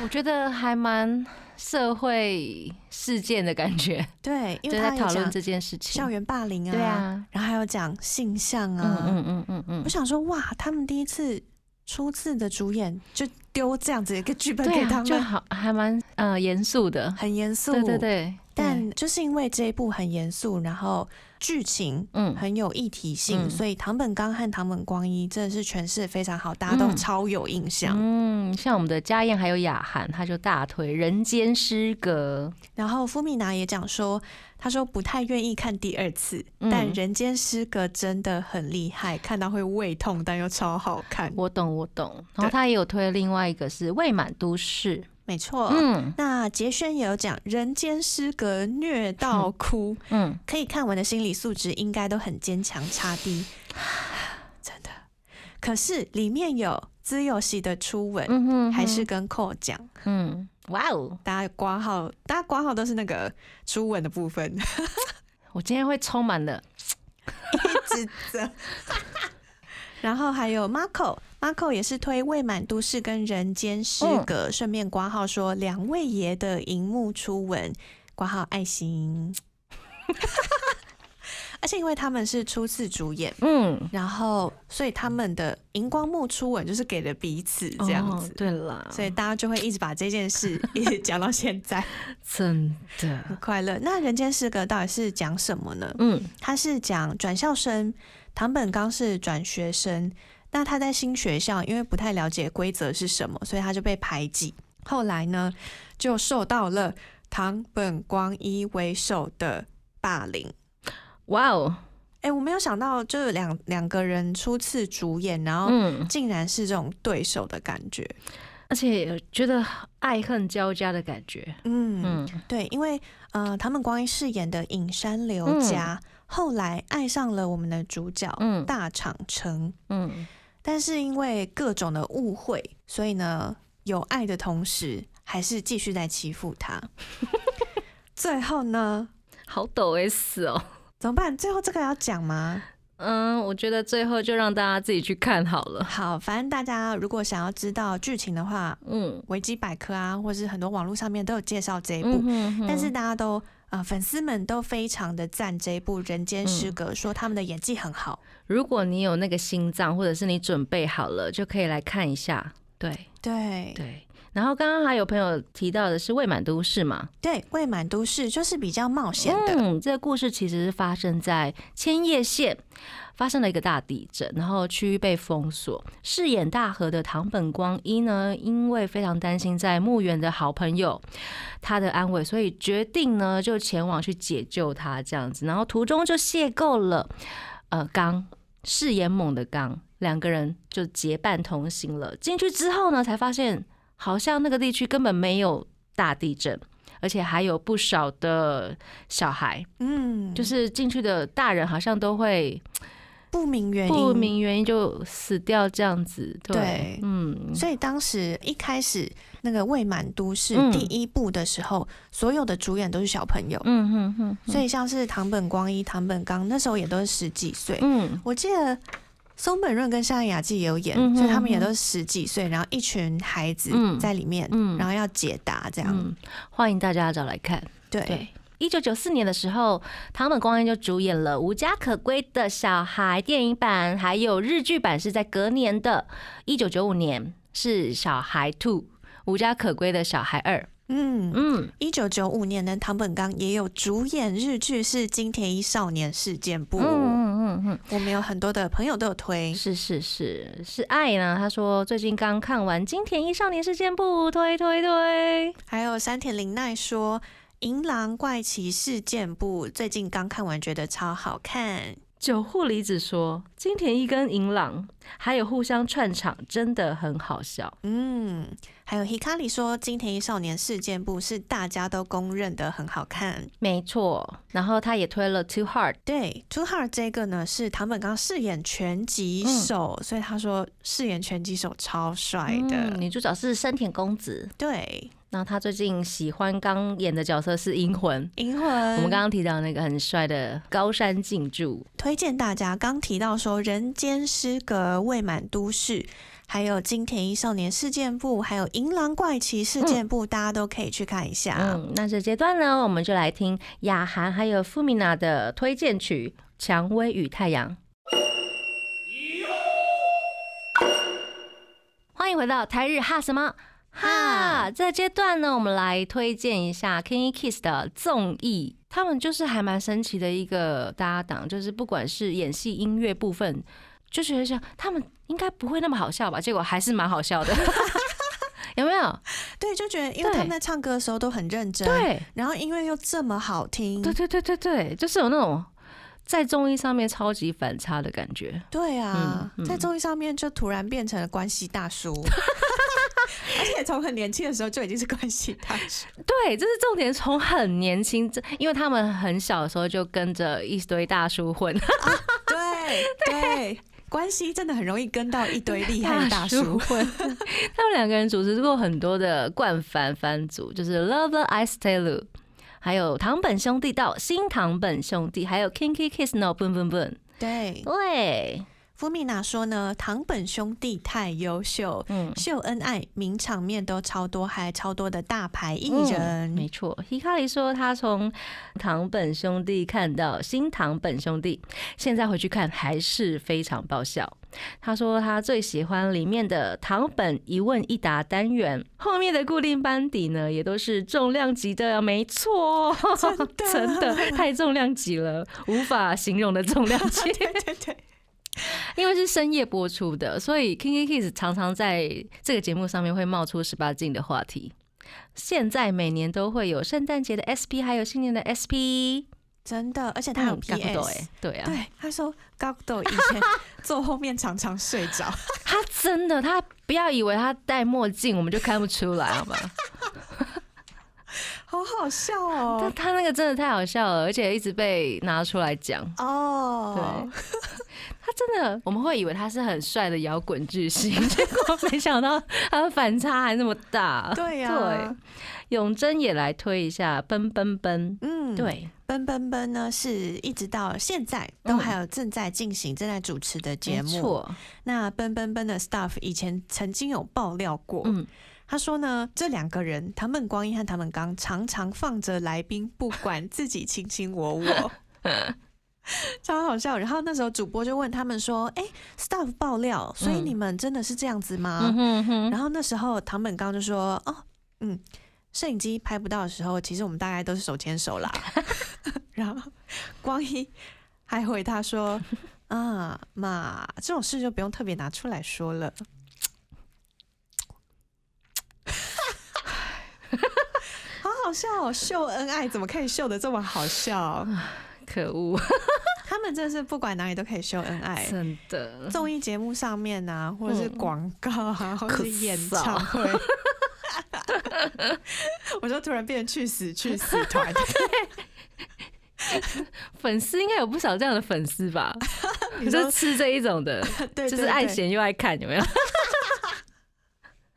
Speaker 2: 我觉得还蛮社会事件的感觉，
Speaker 3: 对，因
Speaker 2: 就
Speaker 3: 为
Speaker 2: 在
Speaker 3: 他有
Speaker 2: 讨论
Speaker 3: 讲
Speaker 2: 这件事情
Speaker 3: 校。园霸凌啊，
Speaker 2: 对啊，
Speaker 3: 然后还有讲性向
Speaker 2: 嗯
Speaker 3: 啊。
Speaker 2: 嗯嗯嗯嗯
Speaker 3: 我，想说，哇，他们第一次初次的主演就丢这样子一个剧本
Speaker 2: 对
Speaker 3: 给他
Speaker 2: 啊，就
Speaker 3: 们，
Speaker 2: 好，还蛮呃严肃的，
Speaker 3: 很严肃。
Speaker 2: 对对对，
Speaker 3: 但就是因为这一部很严肃，然后剧情
Speaker 2: 嗯
Speaker 3: 很有一体性，
Speaker 2: 嗯
Speaker 3: 所以唐本刚和唐本光一真的是诠释得非常好，大家都
Speaker 2: 嗯
Speaker 3: 超有印象。
Speaker 2: 嗯，像我们的家燕还有雅涵，他就大推《人间失格
Speaker 3: 然后芙米娜也讲说，她说不太愿意看第二次，
Speaker 2: 嗯
Speaker 3: 但《人间失格》真的很厉害，看到会胃痛，但又超好看》，。
Speaker 2: 我懂我懂。然后
Speaker 3: 对
Speaker 2: 他也有推另外一个是《未满都市》，
Speaker 3: 没错，
Speaker 2: 嗯
Speaker 3: 那杰轩也有讲《人间失格》虐到哭，
Speaker 2: 嗯，
Speaker 3: 可以看完的心理素质应该都很坚强差 低，真的。可是里面有资友系的初吻，
Speaker 2: 嗯哼
Speaker 3: 还
Speaker 2: 哼
Speaker 3: 是跟寇讲，
Speaker 2: 嗯，哇哦！
Speaker 3: 大家挂号，大家挂号都是那个初吻的部分，
Speaker 2: 我今天会充满了，
Speaker 3: 指责。 然后还有 Marco，Marco 也是推《未满都市》跟《人间失格》顺便挂号说两位爷的荧幕初吻，挂号爱心。 而且因为他们是初次主演，
Speaker 2: 嗯，
Speaker 3: 然后所以他们的荧光幕初吻就是给了彼此这样子
Speaker 2: 哦，对啦，
Speaker 3: 所以大家就会一直把这件事 一直讲到现在，
Speaker 2: 真
Speaker 3: 很
Speaker 2: 的，
Speaker 3: 快乐。那《人间失格》到底是讲什么呢？
Speaker 2: 嗯
Speaker 3: 他是讲转校生，唐本刚是转学生。那他在新学校，因为不太了解规则是什么，所以他就被排挤。后来呢，就受到了唐本光一为首的霸凌。
Speaker 2: 哇哦，
Speaker 3: 哎、我没有想到，就是两两个人初次主演，然后
Speaker 2: 嗯，
Speaker 3: 竟然是这种对手的感觉。
Speaker 2: 而且觉得爱恨交加的感觉，
Speaker 3: 嗯，
Speaker 2: 嗯
Speaker 3: 对，因为呃，唐本光一饰演的隐山刘家，后来爱上了我们的主角、
Speaker 2: 嗯
Speaker 3: 大场城。
Speaker 2: 嗯
Speaker 3: 但是因为各种的误会，所以呢，有爱的同时，还是继续在欺负 他。最后呢，
Speaker 2: 好抖 S 哦。
Speaker 3: 怎么办？最后这个要讲吗？
Speaker 2: 嗯，我觉得最后就让大家自己去看好了。
Speaker 3: 好，反正大家如果想要知道剧情的话，
Speaker 2: 嗯，
Speaker 3: 维基百科啊，或是很多网络上面都有介绍这一部。
Speaker 2: 嗯哼哼
Speaker 3: 但是大家都呃，粉丝们都非常的赞这一部《人间失
Speaker 2: 嗯
Speaker 3: 格》，说他们的演技很好。
Speaker 2: 如果你有那个心脏，或者是你准备好了，就可以来看一下。对
Speaker 3: 对
Speaker 2: 对。然后刚刚还有朋友提到的是《未满都市》嘛，
Speaker 3: 对，未满都市就是比较冒险的，
Speaker 2: 嗯，这个故事其实是发生在千叶县，发生了一个大地震，然后区域被封锁。饰演大和的唐本光一呢，因为非常担心在墓园的好朋友他的安危，所以决定呢就前往去解救他这样子。然后途中就邂逅了呃刚饰演猛的刚，两个人就结伴同行了。进去之后呢，才发现好像那个地区根本没有大地震。而且还有不少的小孩，
Speaker 3: 嗯，
Speaker 2: 就是进去的大人好像都会
Speaker 3: 不明原因，
Speaker 2: 不明原因就死掉这样子。对，
Speaker 3: 对
Speaker 2: 嗯，
Speaker 3: 所以当时一开始那个《未满都市
Speaker 2: 嗯》
Speaker 3: 第一部的时候，所有的主演都是小朋友，
Speaker 2: 嗯哼哼，
Speaker 3: 所以像是唐本光一、唐本刚那时候也都是十几岁。
Speaker 2: 嗯
Speaker 3: 我记得松本润跟山雅纪也有演，
Speaker 2: 嗯哼
Speaker 3: 所以他们也都是十几岁，然后一群孩子
Speaker 2: 嗯
Speaker 3: 在里面，
Speaker 2: 嗯
Speaker 3: 然后要解答这样。
Speaker 2: 嗯，欢迎大家找来看。
Speaker 3: 对，
Speaker 2: 对。一九九四年的时候，唐本光彦就主演了《无家可归的小孩》电影版，还有日剧版是在隔年的，一九九五年是《小孩 Two》《无家可归的小孩二》。
Speaker 3: 嗯。
Speaker 2: 嗯，
Speaker 3: 一九九五年的唐本刚也有主演日剧是《金田一少年事件簿》
Speaker 2: 嗯嗯嗯嗯。
Speaker 3: 我们有很多的朋友都有推，
Speaker 2: 是是是是爱呢。他说最近刚看完《金田一少年事件簿》，推推推。
Speaker 3: 还有山田绫奈说，《银狼怪奇事件簿》最近刚看完，觉得超好看。
Speaker 2: 九户离子说，金田一跟银狼还有互相串场，真的很好笑。
Speaker 3: 嗯，还有 Hikari 说，《金田一少年事件簿》是大家都公认的很好看。
Speaker 2: 没错，然后他也推了《Too Hard》。
Speaker 3: 对，Two Heart 这个呢是唐本刚饰演拳击手，所以他说饰演拳击手超帅的。
Speaker 2: 嗯嗯女主角是深田恭子，
Speaker 3: 对，
Speaker 2: 然后她最近喜欢刚演的角色是银魂。
Speaker 3: 银魂，
Speaker 2: 我们刚刚提到那个很帅的高山静助，
Speaker 3: 推荐大家刚提到说《人间失格》《未满都市》，还有《金田一少年事件簿》，还有《银狼怪奇事件簿》大家都可以去看一下。
Speaker 2: 嗯，那这阶段呢，我们就来听雅涵还有富米娜的推荐曲《蔷薇与太阳》。回到台日哈什么哈
Speaker 3: 哈
Speaker 2: 这阶段呢，我们来推荐一下 Kenny Kiss 的综艺。他们就是还蛮神奇的一个搭档，就是不管是演戏、音乐部分，就觉得像他们应该不会那么好笑吧，结果还是蛮好笑的，有没有？
Speaker 3: 对，就觉得因为他们在唱歌的时候都很认真，，
Speaker 2: 对，
Speaker 3: 然后音乐又这么好听，
Speaker 2: 对对对对对，就是有那种在综艺上面超级反差的感觉。
Speaker 3: 对啊，
Speaker 2: 嗯嗯
Speaker 3: 在综艺上面就突然变成了关系 大叔，而且从很年轻的时候就已经是关系大叔，
Speaker 2: 对，这是重点。从很年轻，这因为他们很小的时候就跟着一堆大叔混，
Speaker 3: 对对，关系真的很容易跟到一堆厉害的大叔，
Speaker 2: 混。他们两个人组织过很多的冠番番组，就是 Love I Stay Lu，还有堂本兄弟到新堂本兄弟，还有 Kinky Kiss No Boom Boom Boom。
Speaker 3: 对。
Speaker 2: 对，
Speaker 3: 福米娜说呢，堂本兄弟太优秀，
Speaker 2: 嗯。
Speaker 3: 秀恩爱、名场面都超多，还超多的大牌艺
Speaker 2: 嗯没
Speaker 3: 人。
Speaker 2: 错。Hikari 说他从堂本兄弟看到新堂本兄弟，现在回去看还是非常爆笑。他说他最喜欢里面的堂本一问一答单元，后面的固定班底呢也都是重量级的，没错， 真的 太重量级了，无法形容的重量 级。
Speaker 3: 对对对，
Speaker 2: 因为是深夜播出的，所以 King Kids 常常在这个节目上面会冒出十八禁的话题。现在每年都会有圣诞节的 SP，还有新年的 SP，
Speaker 3: 真的，而且他有
Speaker 2: 嗯搞不懂
Speaker 3: PS，、
Speaker 2: 欸对啊，
Speaker 3: 对，他说高斗以前坐后面常常睡 着，
Speaker 2: 他真的，他不要以为他戴墨镜我们就看不出来， 好吗？
Speaker 3: 好好笑
Speaker 2: 但
Speaker 3: 哦。
Speaker 2: 他那个真的太好笑了，而且一直被拿出来讲。
Speaker 3: 哦，
Speaker 2: 对，他真的，我们会以为他是很帅的摇滚巨星，结果没想到他的反差还那么大。
Speaker 3: 对啊呀、
Speaker 2: 对永贞也来推一下《奔奔奔》，
Speaker 3: 嗯，，
Speaker 2: 对，
Speaker 3: 奔奔奔呢是一直到现在都还有正在进行、正在主持的节
Speaker 2: 嗯没
Speaker 3: 目。
Speaker 2: 错，
Speaker 3: 那奔奔奔的 staff 以前曾经有爆料过，
Speaker 2: 嗯，
Speaker 3: 他说呢，这两个人，唐本光一和唐本刚，常常放着来宾不管，自己卿卿我我，超好笑。然后那时候主播就问他们说：“哎、s t a f f 爆料，所以
Speaker 2: 嗯
Speaker 3: 你们真的是这样子吗？”
Speaker 2: 嗯哼哼，
Speaker 3: 然后那时候唐本刚就说：“哦，嗯，摄影机拍不到的时候，其实我们大概都是手牵手啦。” 然后光一还回他说：“啊嘛，这种事就不用特别拿出来说了。” 好好笑哦！秀恩爱怎么可以秀的这么好笑？
Speaker 2: 可恶，
Speaker 3: 他们真的是不管哪里都可以秀恩爱。
Speaker 2: 真的，
Speaker 3: 综艺节目上面啊，或者是
Speaker 2: 嗯
Speaker 3: 广告啊，或者
Speaker 2: 可
Speaker 3: 是演
Speaker 2: 骚
Speaker 3: 唱会， 我就突然变去死去死 团，
Speaker 2: 粉丝应该有不少这样的粉丝 吧？
Speaker 3: 你
Speaker 2: 就
Speaker 3: 说
Speaker 2: 吃这一种 的，
Speaker 3: 对对，
Speaker 2: 就是爱
Speaker 3: 对
Speaker 2: 闲又爱看，有没有？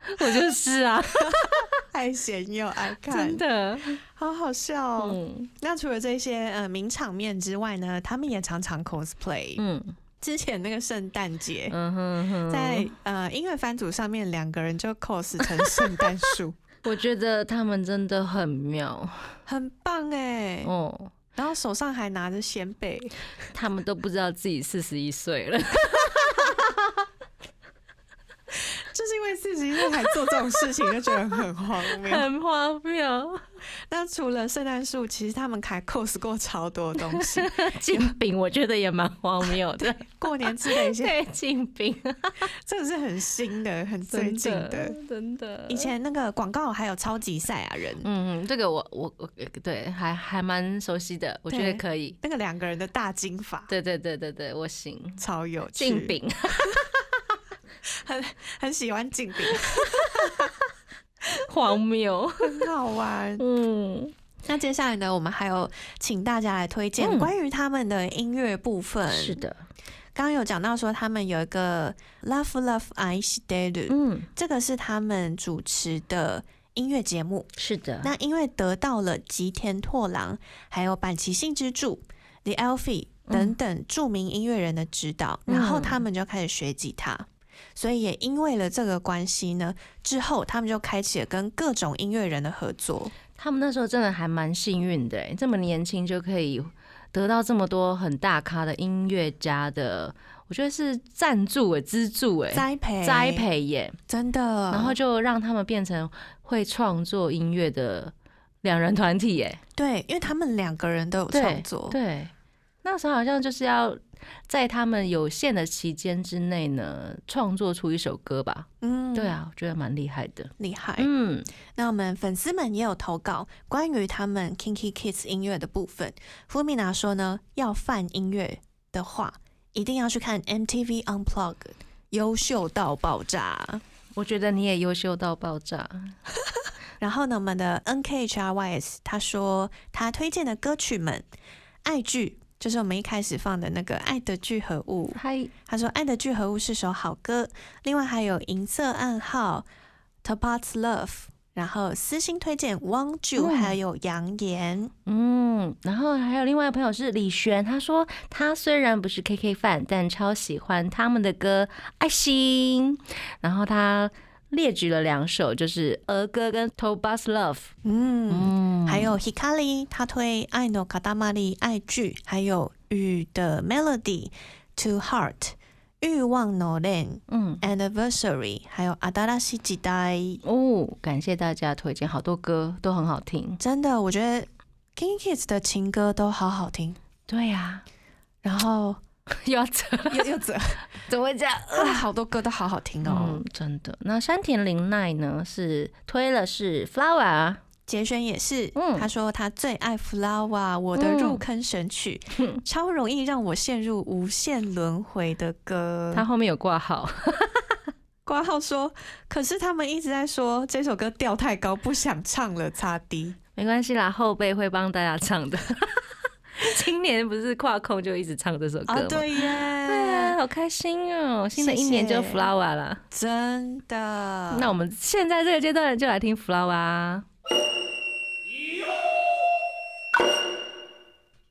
Speaker 2: 我就是啊，
Speaker 3: 爱闲又爱看
Speaker 2: 真，的，
Speaker 3: 好好笑哦。
Speaker 2: 嗯
Speaker 3: 那除了这些呃名场面之外呢，他们也常常 cosplay。
Speaker 2: 嗯
Speaker 3: 之前那个圣诞节，
Speaker 2: 嗯哼哼，
Speaker 3: 在呃音乐番组上面，两个人就 cos 成圣诞 树，
Speaker 2: 我觉得他们真的很妙
Speaker 3: 很棒哎。
Speaker 2: 哦，
Speaker 3: 然后手上还拿着鲜贝，
Speaker 2: 他们都不知道自己四十一岁 了，
Speaker 3: 就是因为自己岁还做这种事情，就觉得很荒谬。
Speaker 2: 很荒 谬，
Speaker 3: 那除了圣诞树，其实他们还 cos 过超多东西，
Speaker 2: 金饼我觉得也蛮荒谬的，
Speaker 3: 过年吃的一些，
Speaker 2: 对，金饼，
Speaker 3: 真的是很新的、很最
Speaker 2: 真
Speaker 3: 近
Speaker 2: 的
Speaker 3: 的。，
Speaker 2: 真的，
Speaker 3: 以前那个广告还有超级赛亚人，
Speaker 2: 嗯，这个我我我对还还蛮熟悉的，我觉得
Speaker 3: 对
Speaker 2: 可以。
Speaker 3: 那个两个人的大金发，
Speaker 2: 对对对对对，我行。
Speaker 3: 超有
Speaker 2: 进
Speaker 3: 趣，
Speaker 2: 饼，
Speaker 3: 很喜欢静饼，
Speaker 2: 荒谬。
Speaker 3: 很好玩。
Speaker 2: 嗯，
Speaker 3: 那接下来呢，我们还有请大家来推
Speaker 2: 嗯
Speaker 3: 荐关于他们的音乐部分。
Speaker 2: 是的，
Speaker 3: 刚刚有讲到说他们有一个 Love Love I s t a d
Speaker 2: 嗯，
Speaker 3: 这个是他们主持的音乐节目。
Speaker 2: 是的。
Speaker 3: 那因为得到了吉田拓郎、还有坂崎幸之助、The Alfie 等等著名音乐人的指导，
Speaker 2: 嗯
Speaker 3: 然后他们就开始学吉他。所以也因为了这个关系呢，之后他们就开启了跟各种音乐人的合作。
Speaker 2: 他们那时候真的还蛮幸运的欸，这么年轻就可以得到这么多很大咖的音乐家的，我我觉得是赞助诶，资助诶，
Speaker 3: 栽培
Speaker 2: 栽培耶，
Speaker 3: 真的，
Speaker 2: 然后就让他们变成会创作音乐的两人团体耶。
Speaker 3: 对，因为他们两个人都有
Speaker 2: 对
Speaker 3: 创作，
Speaker 2: 对，那时候好像就是要在他们有限的期间之内呢，创作出一首歌吧。
Speaker 3: 嗯，
Speaker 2: 对，啊，我觉得蛮厉害的。
Speaker 3: 厉害。
Speaker 2: 嗯，
Speaker 3: 那我们粉丝们也有投稿关于他们 Kinky Kids 音乐的部分。f 米娜说呢，要泛音乐的话，一定要去看 MTV Unplug，优秀到爆炸。
Speaker 2: 我觉得你也优秀到爆炸。
Speaker 3: 然后呢，我们的 NKHRYS 他说他推荐的歌曲们，爱剧就是我们一开始放的那个《爱的聚合物》，
Speaker 2: 嗨，
Speaker 3: 他说《爱的聚合物》是首好歌，另外还有《银色暗号》《Topaz Love》，然后私心推荐汪九、
Speaker 2: 嗯
Speaker 3: 还有杨言。
Speaker 2: 嗯，然后还有另外一个朋友是李璇，他说他虽然不是 KK 范，但超喜欢他们的歌《爱心》，然后他列举了两首，就是儿歌跟《Tobas Love》。
Speaker 3: 嗯，
Speaker 2: 嗯，
Speaker 3: 还有 Hikari 他推《爱の卡达玛丽》爱剧，还有《雨的 Melody》《To Heart》。欲望 no land
Speaker 2: 嗯
Speaker 3: anniversary，还有阿达拉西吉代，
Speaker 2: 哦，感谢大家推荐，好多歌都很好听。
Speaker 3: 真的，我觉得 King Kids 的情歌都好好听。
Speaker 2: 对啊呀、
Speaker 3: 然后
Speaker 2: 又 要扯，
Speaker 3: 又又 怎
Speaker 2: 怎么会这样？
Speaker 3: 他们好多歌都好好听哦。
Speaker 2: 嗯，真的。那山田绫奈呢？是推了是 Flower，
Speaker 3: 杰轩也是，
Speaker 2: 嗯
Speaker 3: 他说他最爱《Flower》，我的入坑神曲，超容易让我陷入无限轮回的歌。
Speaker 2: 他后面有挂号。
Speaker 3: 挂号说，可是他们一直在说这首歌调太高，不想唱了，擦低。
Speaker 2: 没关系啦，后辈会帮大家唱的。 今年不是跨空就一直唱这首歌吗？
Speaker 3: 啊，对
Speaker 2: 对啊，
Speaker 3: 耶，
Speaker 2: 好开心哦！新的一年就
Speaker 3: 谢谢
Speaker 2: flower 啦。
Speaker 3: 真的。
Speaker 2: 啊那我们现在这个阶段就来听 flower 啊。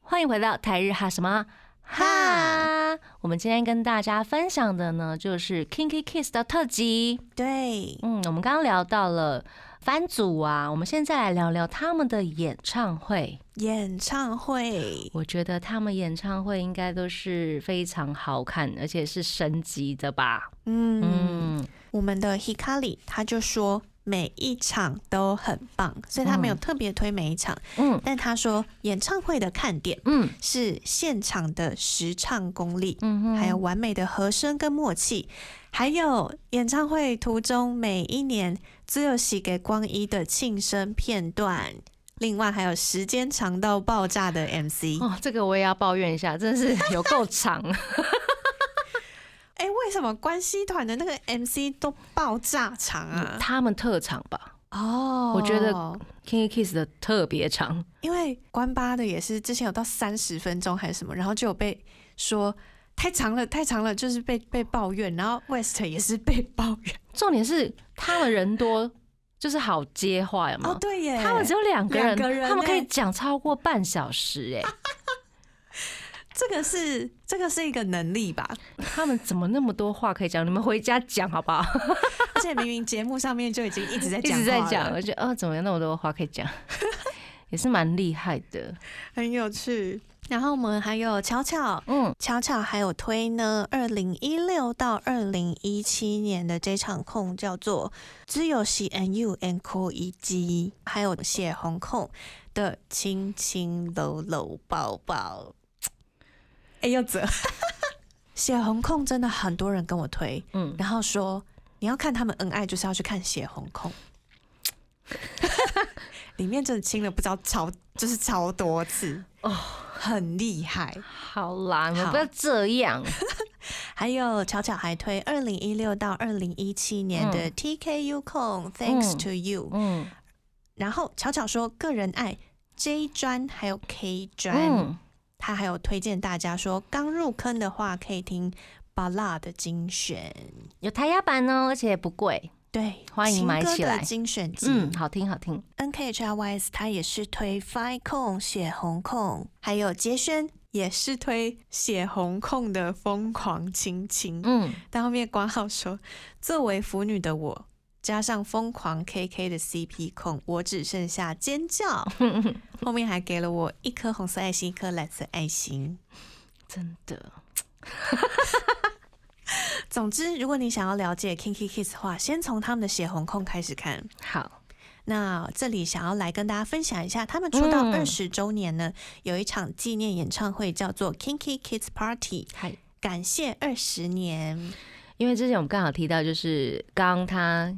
Speaker 2: 欢迎回到台日哈什么哈？我们今天跟大家分享的呢，就是 Kinky Kiss 的特辑。
Speaker 3: 对，
Speaker 2: 嗯，我们刚刚聊到了番组啊，我们现在来聊聊他们的演唱会。
Speaker 3: 演唱会，
Speaker 2: 我觉得他们演唱会应该都是非常好看，而且是升级的吧？
Speaker 3: 嗯，
Speaker 2: 嗯，
Speaker 3: 我们的 Hikari 他就说每一场都很棒，所以他没有
Speaker 2: 嗯
Speaker 3: 特别推每一场，
Speaker 2: 嗯
Speaker 3: 但他说演唱会的看点
Speaker 2: 嗯
Speaker 3: 是现场的实唱功力，
Speaker 2: 嗯哼，
Speaker 3: 还有完美的和声跟默契，还有演唱会途中每一年只有喜给光一的庆生片段，另外还有时间长到爆炸的 MC。
Speaker 2: 哦，这个我也要抱怨一下，真是 有够长。
Speaker 3: 哎、为什么关西团的那个 MC 都爆炸长啊？
Speaker 2: 他们特长吧
Speaker 3: 哦
Speaker 2: 嗯我觉得，Kinky Kiss 的特别长，
Speaker 3: 因为关八的也是之前有到三十分钟还是什么，然后就有被说太长了，太长了，就是被被抱怨，然后 West 也是被抱怨。
Speaker 2: 重点是他们人多，就是好接话，有吗？
Speaker 3: 哦，对
Speaker 2: 嗯
Speaker 3: 耶，
Speaker 2: 他们只有两个人，
Speaker 3: 两个人
Speaker 2: 他们可以
Speaker 3: 欸
Speaker 2: 讲超过半小时、 哎，
Speaker 3: 这个是这个是一个能力吧，
Speaker 2: 他们怎么那么多话可以讲？你们回家讲好 不好？
Speaker 3: 而且明明节目上面就已经一直在
Speaker 2: 一
Speaker 3: 讲，
Speaker 2: 直在讲，，我觉得哦，怎么有那么多话可以 讲，也是蛮厉害的。
Speaker 3: 很有趣。然后我们还有巧巧，
Speaker 2: 嗯，
Speaker 3: 巧巧还有推呢，二零一六到二零一七年的这场控叫做只有 C N U and Co 一机，还有血红控的亲亲搂搂抱抱。哎、柚 子，血红控真的很多人跟我推，
Speaker 2: 嗯
Speaker 3: 然后说你要看他们恩爱，就是要去看血红控。 里面真的亲了不知道超，就是超多次
Speaker 2: 哦
Speaker 3: 哦，很厉害。
Speaker 2: 好啦，你们
Speaker 3: 好
Speaker 2: 不要这样。
Speaker 3: 还有巧巧还推二零一六到二零一七年的 TKU 控、Thanks to You，、
Speaker 2: 嗯
Speaker 3: 然后巧巧说个人爱 J 专还有 K 专，
Speaker 2: 嗯，
Speaker 3: 他还有推荐大家说刚入坑的话可以听巴拉的精选，
Speaker 2: 有台压版呢，而且不贵。
Speaker 3: 对，
Speaker 2: 欢迎买起来
Speaker 3: 情歌的精选集。
Speaker 2: 嗯，好听好听。
Speaker 3: NKHRYS 他也是推 Fi 控、血红控，还有杰轩也是推血红控的疯狂亲亲。
Speaker 2: 嗯，
Speaker 3: 但后面挂号说，作为腐女的我，加上疯狂 KK 的 CP 控，我只剩下 尖叫。后面还给了我一颗红色爱心，一颗蓝色爱心。
Speaker 2: 真的。
Speaker 3: 总之，如果你想要了解 Kinky Kids 的话，先从他们的血红控开始看。
Speaker 2: 好，
Speaker 3: 那这里想要来跟大家分享一下，他们出道
Speaker 2: 嗯
Speaker 3: 二十周年呢，有一场纪念演唱会叫做 Kinky Kids Party，
Speaker 2: 嗨。
Speaker 3: 感谢二十年。
Speaker 2: 因为之前我们刚好提到，就是刚他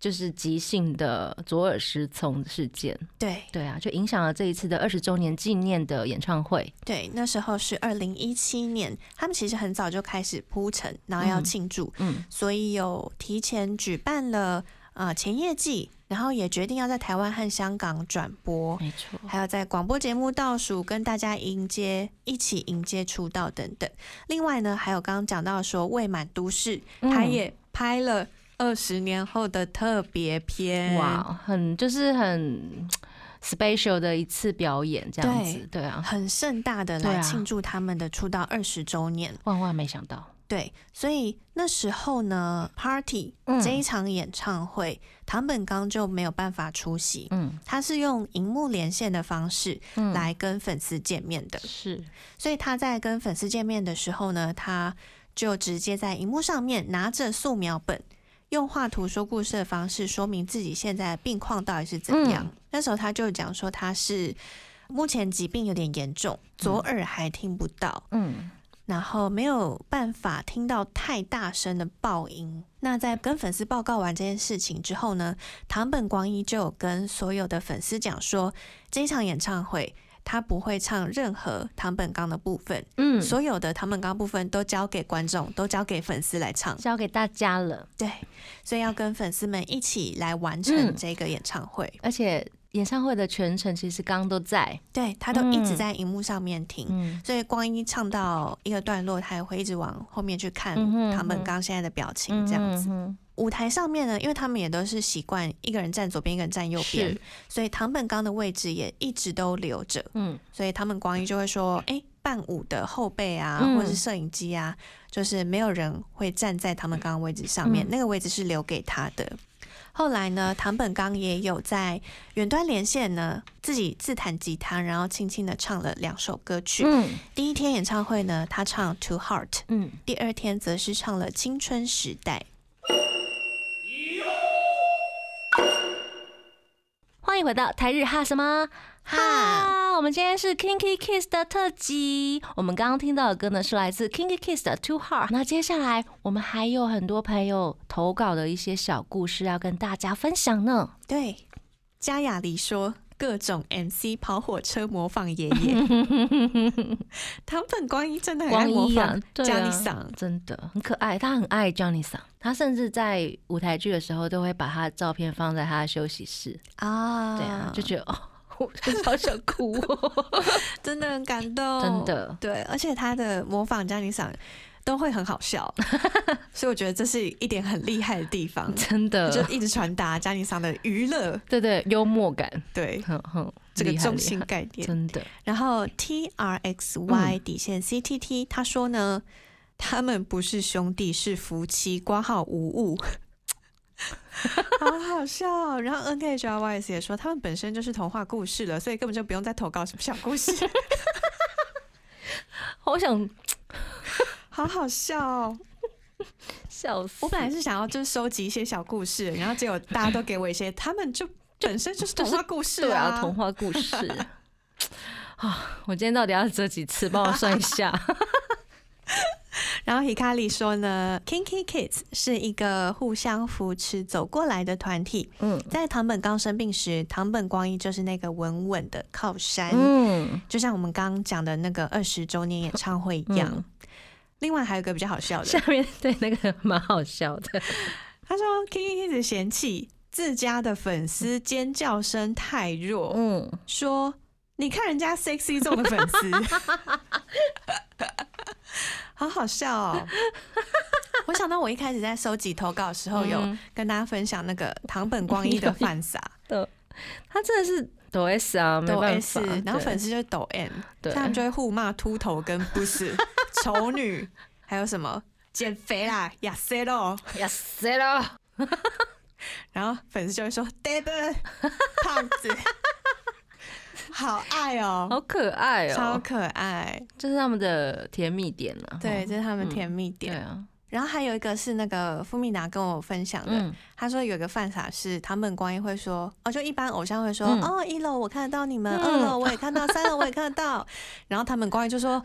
Speaker 2: 就是急性的左耳失聪事件，
Speaker 3: 对
Speaker 2: 对啊，就影响了这一次的二十周年纪念的演唱会。
Speaker 3: 对，那时候是二零一七年，他们其实很早就开始铺陈，然后要
Speaker 2: 嗯
Speaker 3: 庆祝，
Speaker 2: 嗯，
Speaker 3: 所以有提前举办了呃前夜祭，然后也决定要在台湾和香港转播。
Speaker 2: 没错，
Speaker 3: 还有在广播节目倒数跟大家迎接一起迎接出道等等。另外呢，还有刚刚讲到说未满都市，他
Speaker 2: 嗯
Speaker 3: 也拍了二十年后的特别篇。
Speaker 2: 哇，哦很就是很 special 的一次表演，这样子，对啊，
Speaker 3: 很盛大的
Speaker 2: 对
Speaker 3: 来
Speaker 2: 啊
Speaker 3: 庆祝他们的出道二十周年，
Speaker 2: 万万没想到，
Speaker 3: 对，所以那时候呢，Party
Speaker 2: 嗯
Speaker 3: 这一场演唱会，唐本刚就没有办法出席，
Speaker 2: 嗯
Speaker 3: 他是用荧幕连线的方式
Speaker 2: 嗯，
Speaker 3: 来跟粉丝见面的，
Speaker 2: 是，
Speaker 3: 所以他在跟粉丝见面的时候呢，他就直接在荧幕上面拿着素描本，用画图说故事的方式说明自己现在的病况到底是怎样。
Speaker 2: 嗯
Speaker 3: 那时候他就讲说他是目前疾病有点严重，左耳还听不到，
Speaker 2: 嗯
Speaker 3: 然后没有办法听到太大声的爆音。那在跟粉丝报告完这件事情之后呢，唐本光一就有跟所有的粉丝讲说，这场演唱会他不会唱任何唐本刚的部分，
Speaker 2: 嗯，
Speaker 3: 所有的唐本刚部分都交给观众，都交给粉丝来唱。
Speaker 2: 交给大家了，
Speaker 3: 对，所以要跟粉丝们一起来完
Speaker 2: 嗯
Speaker 3: 成这个演唱会。
Speaker 2: 而且演唱会的全程其实刚都在，
Speaker 3: 对他都一直
Speaker 2: 嗯
Speaker 3: 在荧幕上面听。
Speaker 2: 嗯
Speaker 3: 所以光一唱到一个段落，他也会一直往后面去看
Speaker 2: 嗯哼
Speaker 3: 唐
Speaker 2: 嗯
Speaker 3: 本
Speaker 2: 哼
Speaker 3: 刚现在的表情，这样子。
Speaker 2: 嗯
Speaker 3: 舞台上面呢，因为他们也都是习惯一个人站左边，一个人站右边
Speaker 2: 是，
Speaker 3: 所以唐本刚的位置也一直都留着。
Speaker 2: 嗯
Speaker 3: 所以他们光一就会说：“哎、伴舞的后背啊，
Speaker 2: 嗯
Speaker 3: 或者是摄影机啊，就是没有人会站在唐本刚的位置上面，
Speaker 2: 嗯
Speaker 3: 那个位置是留给他的。”后来呢，唐本刚也有在远端连线呢，自己自弹吉他，然后轻轻的唱了两首歌曲。
Speaker 2: 嗯
Speaker 3: 第一天演唱会呢，他唱《To Heart》，
Speaker 2: 嗯，
Speaker 3: 第二天则是唱了《青春时代》。
Speaker 2: 欢迎回到台日哈什么
Speaker 3: 哈，
Speaker 2: 哈！我们今天是 Kinky Kiss 的特辑，我们刚刚听到的歌呢是来自 Kinky Kiss 的 Two Heart。那接下来我们还有很多朋友投稿的一些小故事要跟大家分享呢。
Speaker 3: 对，加雅黎说各种 MC 跑火车模仿爷 爷，唐本光一真的很爱
Speaker 2: 光
Speaker 3: 模
Speaker 2: 一啊
Speaker 3: 仿，
Speaker 2: 对
Speaker 3: 加里
Speaker 2: 啊，
Speaker 3: 桑，
Speaker 2: 真的很可爱，他很爱 Johnny 桑，他甚至在舞台剧的时候都会把他的照片放在他的休息室，
Speaker 3: 啊，
Speaker 2: 对啊，就觉得哦， 我好想哭、哦，
Speaker 3: 啊真的很感动，
Speaker 2: 真，的。。
Speaker 3: 对，而且他的模仿加里桑都会很好笑，所以我觉得这是一点很厉害的地方
Speaker 2: 真
Speaker 3: 就
Speaker 2: 的，
Speaker 3: 一直传达加里桑的娱乐，
Speaker 2: 对对，幽默感，
Speaker 3: 对
Speaker 2: 哼哼，
Speaker 3: 这个
Speaker 2: 厉害
Speaker 3: 中
Speaker 2: 厉
Speaker 3: 心
Speaker 2: 害
Speaker 3: 概念。
Speaker 2: 真的，嗯
Speaker 3: 然后 T R X Y 底线 C T T 他说呢，他们不是兄弟，是夫妻，挂号无 误。好好笑哦、然后 N K H R Y S 也说，他们本身就是童话故事了，所以根本就不用再投稿什么小故事。
Speaker 2: 好想
Speaker 3: 好好笑哦！
Speaker 2: 笑死！
Speaker 3: 我本来是想要就是收集一些小故事，然后结果大家都给我一些，他 们就本身就是童话故事
Speaker 2: 对
Speaker 3: 啊，
Speaker 2: 啊，童话故 事啊，我今天到底要折几次？帮我算一 下。
Speaker 3: 然后 Hikari 说呢，Kinky Kids 是一个互相扶持走过来的团体。
Speaker 2: 嗯
Speaker 3: 在唐本刚生病时，唐本光一就是那个稳稳的靠山，
Speaker 2: 嗯，
Speaker 3: 就像我们刚刚讲的那个二十周年演唱会一样。
Speaker 2: 嗯
Speaker 3: 另外还有一个比较好笑
Speaker 2: 下
Speaker 3: 的，
Speaker 2: 面对那个 蛮好笑的，
Speaker 3: 他说 Kinky Kids 嫌弃自家的粉丝尖叫声太弱，
Speaker 2: 嗯，
Speaker 3: 说你看人家 sexy 这的粉丝， 好好笑哦。我想到我一开始在收集投稿的时候，有
Speaker 2: 嗯
Speaker 3: 跟大家分享那个唐本光一的犯 傻
Speaker 2: 他真的是抖 S 啊，没
Speaker 3: 抖
Speaker 2: 办法
Speaker 3: S，。然
Speaker 2: 对
Speaker 3: 后粉丝就抖 M，
Speaker 2: 对哎
Speaker 3: 他们就会互骂秃头跟不是 丑女，还有什么减肥啦、亚塞咯，
Speaker 2: 呀塞了，
Speaker 3: 然后粉丝就会说 David 胖 子，好爱
Speaker 2: 好
Speaker 3: 哦，
Speaker 2: 可爱
Speaker 3: 超
Speaker 2: 哦，
Speaker 3: 可爱，
Speaker 2: 这是他们的甜蜜点了。
Speaker 3: 对，
Speaker 2: 哦
Speaker 3: 这是他们
Speaker 2: 嗯
Speaker 3: 甜蜜
Speaker 2: 对
Speaker 3: 点。
Speaker 2: 啊，
Speaker 3: 然后还有一个是那个富米达跟我分享的，
Speaker 2: 嗯，
Speaker 3: 他说有一个犯傻是唐本光一会说，哦，就一般偶像会说，
Speaker 2: 嗯
Speaker 3: 哦，一楼我看得到你们，
Speaker 2: 嗯
Speaker 3: 二楼我也看到，三楼我也看得到。 然后唐本光一就说，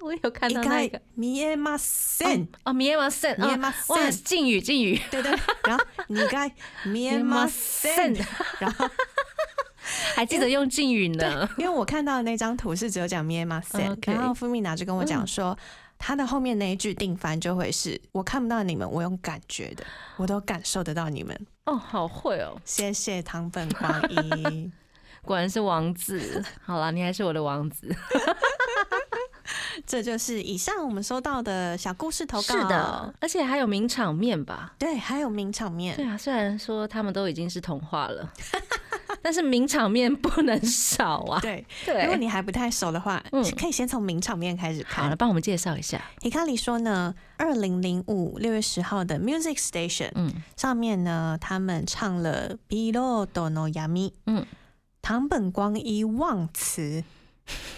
Speaker 2: 我有看
Speaker 3: 一
Speaker 2: 到那个
Speaker 3: 概見えません，
Speaker 2: 哦，米耶马森，
Speaker 3: 見え
Speaker 2: 哦
Speaker 3: ま
Speaker 2: 哇，
Speaker 3: せん，
Speaker 2: 敬语敬 语，
Speaker 3: 对对。然后你该見えません，然后
Speaker 2: 还记得用敬语呢。
Speaker 3: 因为我看到的那张图是只有讲 m i a m a s e n
Speaker 2: 嗯 OK 嗯
Speaker 3: 然后 Fumina 就跟我讲说，他的后面那一句定番就会是我看不到你们，我用感觉的，我都感受得到你们。
Speaker 2: 哦，好会哦，
Speaker 3: 谢谢唐本光 一，
Speaker 2: 果然是王子。好啦，你还是我的王子。
Speaker 3: 这就是以上我们收到的小故事投稿。
Speaker 2: 是的，，而且还有名场面吧？
Speaker 3: 对，还有名场面
Speaker 2: 对，啊，虽然说他们都已经是童话 了，但是名场面不能少啊。
Speaker 3: 对，如果
Speaker 2: 对，
Speaker 3: 你还不太熟的话，
Speaker 2: 嗯
Speaker 3: 可以先从名场面开始
Speaker 2: 好了，
Speaker 3: 看。
Speaker 2: 帮我们介绍一下。
Speaker 3: h 卡里说呢，二零零五六月十号的 Music Station，
Speaker 2: 嗯
Speaker 3: 上面呢，他们唱了《Below Dono Yami》，
Speaker 2: 嗯，，
Speaker 3: 唐本光一忘词，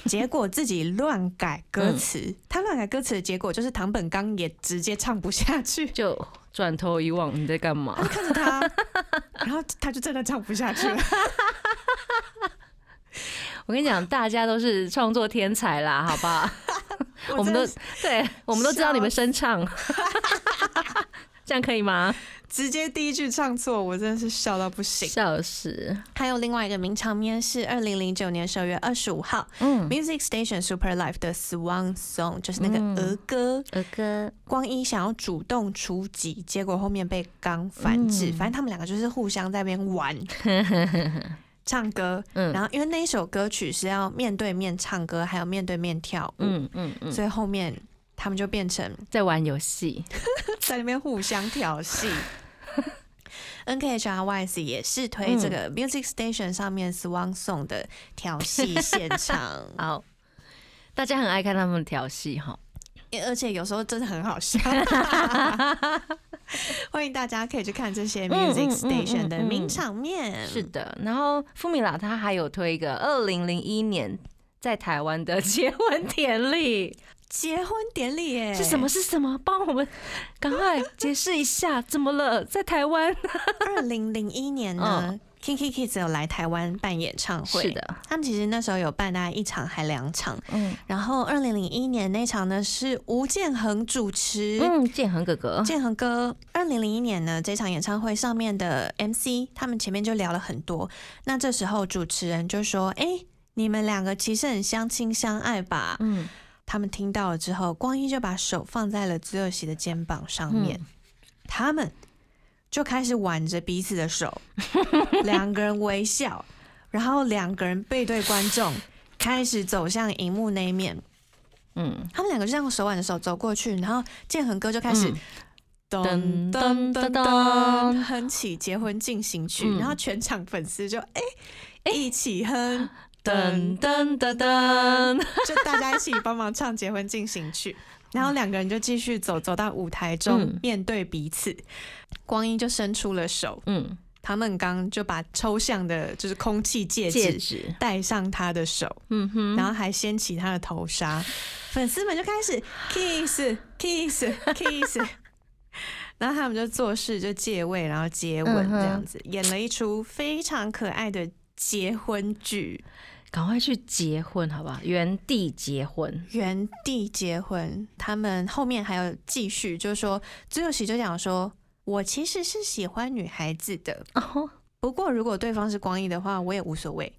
Speaker 3: 结果自己乱改歌词。他乱改歌词的结果就是唐本刚也直接唱不下去
Speaker 2: 就转头一望，你在干嘛？
Speaker 3: 看着 他，然后他就真的唱不下去 了。
Speaker 2: 我跟你讲，大家都是创作天才啦，好不好？我们都
Speaker 3: 真的
Speaker 2: 对，我们都知道你们声 唱，这样可以吗？
Speaker 3: 直接第一句唱错，我真的是笑到不行。
Speaker 2: 笑死！
Speaker 3: 还有另外一个名场面是二零零九年十二月二十五号、
Speaker 2: 嗯，
Speaker 3: Music Station Super Live 的 Swan Song，就是那个
Speaker 2: 嗯
Speaker 3: 儿歌。
Speaker 2: 儿歌，
Speaker 3: 光一想要主动出击，结果后面被刚反制，反正他们两个就是互相在那边 玩唱歌。
Speaker 2: 嗯
Speaker 3: 然后因为那一首歌曲是要面对面唱歌，还有面对面跳舞，
Speaker 2: 嗯嗯嗯，
Speaker 3: 所以后面他们就变成
Speaker 2: 在玩游戏，
Speaker 3: 在那边互相 调戏。NKHRYS 也是
Speaker 2: 嗯
Speaker 3: 推这个 Music Station 上面 Swan Song 的调戏现 场，
Speaker 2: 好，大家很爱看他们调戏哈。
Speaker 3: 而且有时候真的很 好笑。欢迎大家可以去看这些
Speaker 2: 嗯嗯
Speaker 3: Music
Speaker 2: 嗯
Speaker 3: Station 的
Speaker 2: 嗯
Speaker 3: 名场面。
Speaker 2: 是的，然后富米拉他还有推一个二零零一年在台湾的结婚典 礼，
Speaker 3: 结婚典礼耶？
Speaker 2: 是什么？？是什么？帮我们赶快解释一下，怎么了？在台 湾？
Speaker 3: 二零零一年呢，Kinki Kids 有来台湾办演唱
Speaker 2: 嗯
Speaker 3: 会。
Speaker 2: 是。的，
Speaker 3: 他们其实那时候有办大概一场还两场，
Speaker 2: 嗯
Speaker 3: 然后二零零一年那场呢是吴建衡主持，
Speaker 2: 嗯，建恒哥哥，
Speaker 3: 建恒哥，二零零一年呢，这场演唱会上面的 MC 他们前面就聊了很多。那这时候主持人就说：“哎、你们两个其实很相亲相爱吧
Speaker 2: 嗯，？”
Speaker 3: 他们听到了之后，光一就把手放在了子尔喜的肩膀上面，他们就开始挽着彼此的手， 两个人微笑，然后两个人背对观众，开始走向荧幕那一面。
Speaker 2: 嗯，
Speaker 3: 他们两个就这样手挽着手走过去，然后建恒哥就开始。
Speaker 2: 嗯
Speaker 3: 噔
Speaker 2: 噔
Speaker 3: 噔噔
Speaker 2: 噔
Speaker 3: 噔，哼起结婚进行曲，
Speaker 2: 嗯
Speaker 3: 然后全场粉丝就哎、一起 哼，
Speaker 2: 噔噔
Speaker 3: 噔，
Speaker 2: 噔噔，
Speaker 3: 就大家一起帮忙唱结婚进行 曲。然后两个人就继续走，走到舞台中，
Speaker 2: 嗯
Speaker 3: 面对彼此。光一就伸出了手，
Speaker 2: 嗯，
Speaker 3: 唐本刚就把抽象的，就是空气戒
Speaker 2: 戒
Speaker 3: 指
Speaker 2: 指，
Speaker 3: 戴上他的手，
Speaker 2: 嗯哼，
Speaker 3: 然后还掀起他的头纱， 粉丝们就开始 kiss kiss kiss，然后他们就做事就借位，然后接吻
Speaker 2: 嗯哼
Speaker 3: 这样子，演了一出非常可爱的结婚剧，
Speaker 2: 赶快去结婚好不好？原地结婚，
Speaker 3: 原地结婚。他们后面还有继续，就是说，只有喜就讲说，我其实是喜欢女孩子的，
Speaker 2: 哦，
Speaker 3: 不过如果对方是光一的话，我也无所谓。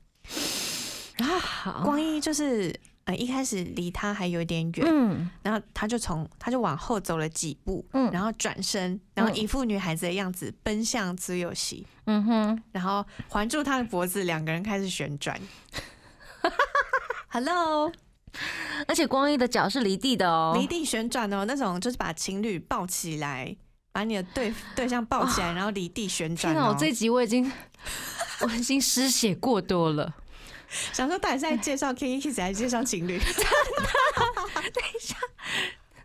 Speaker 3: 然后
Speaker 2: 好，
Speaker 3: 光一就是。呃，一开始离他还有点远，
Speaker 2: 嗯
Speaker 3: 然后他就从他就往后走了几步，
Speaker 2: 嗯
Speaker 3: 然后转身，然后一副女孩子的样子奔向自由席，
Speaker 2: 嗯哼，
Speaker 3: 然后环住他的脖子，两个人开始旋转。Hello，
Speaker 2: 而且光一的脚是离地的哦，
Speaker 3: 离地旋转哦，那种就是把情侣抱起来，把你的对对象抱起来，然后离地旋
Speaker 2: 哦天
Speaker 3: 转、
Speaker 2: 哪，
Speaker 3: 哦
Speaker 2: 我。这一集我已经 我已经失血过多了。
Speaker 3: 想说到底是在介绍 K Kiss 还是介绍情侣？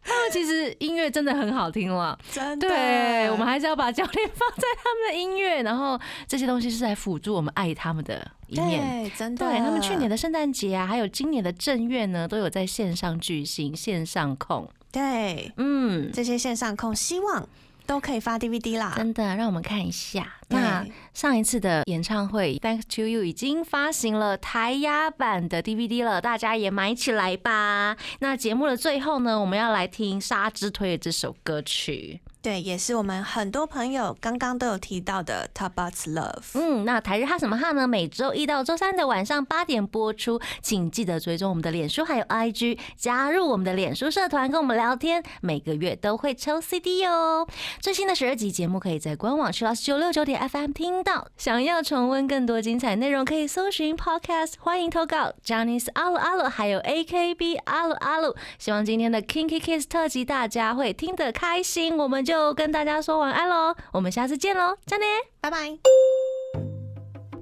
Speaker 2: 他们其实音乐真的很好听了，
Speaker 3: 真的，
Speaker 2: 对我们还是要把焦点放在他们的音乐，然后这些东西是来辅助我们爱他们的一面。
Speaker 3: 对真的，
Speaker 2: 对他啊们去年的圣诞节啊，还有今年的正月呢，都有在线上巨星、线上控。
Speaker 3: 对，
Speaker 2: 嗯，
Speaker 3: 这些线上控希望都可以发 DVD 啦。
Speaker 2: 真的，让我们看一下。
Speaker 3: 对
Speaker 2: 那上一次的演唱会《Thanks to You》已经发行了台压版的 DVD 了，大家也买起来吧。那节目的最后呢，我们要来听沙之推的这首歌曲。
Speaker 3: 对，也是我们很多朋友刚刚都有提到的 Top Bots Love。
Speaker 2: 嗯，那台日哈什么哈呢？每周一到周三的晚上八点播出，请记得追踪我们的脸书还有 IG，加入我们的脸书社团跟我们聊天，每个月都会抽 CD 哦。最新的十二集节目可以在官网去到九六九点 FM 听到。想要重温更多精彩内容，可以搜寻 Podcast，欢迎投稿 j o h n n y s 阿鲁阿鲁，还有 AKB 阿鲁阿鲁。希望今天的 Kinky Kiss 特辑大家会听得开心，我们就跟大家说晚安喽，我们下次见喽，再见。
Speaker 3: 拜拜。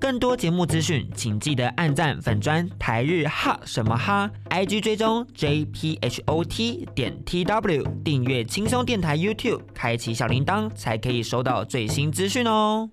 Speaker 4: 更多节目资讯，请记得按赞粉砖台日哈什么哈，IG 追踪 JPHOT 点 TW，订阅轻松电台 YouTube，开启小铃铛才可以收到最新资讯哦。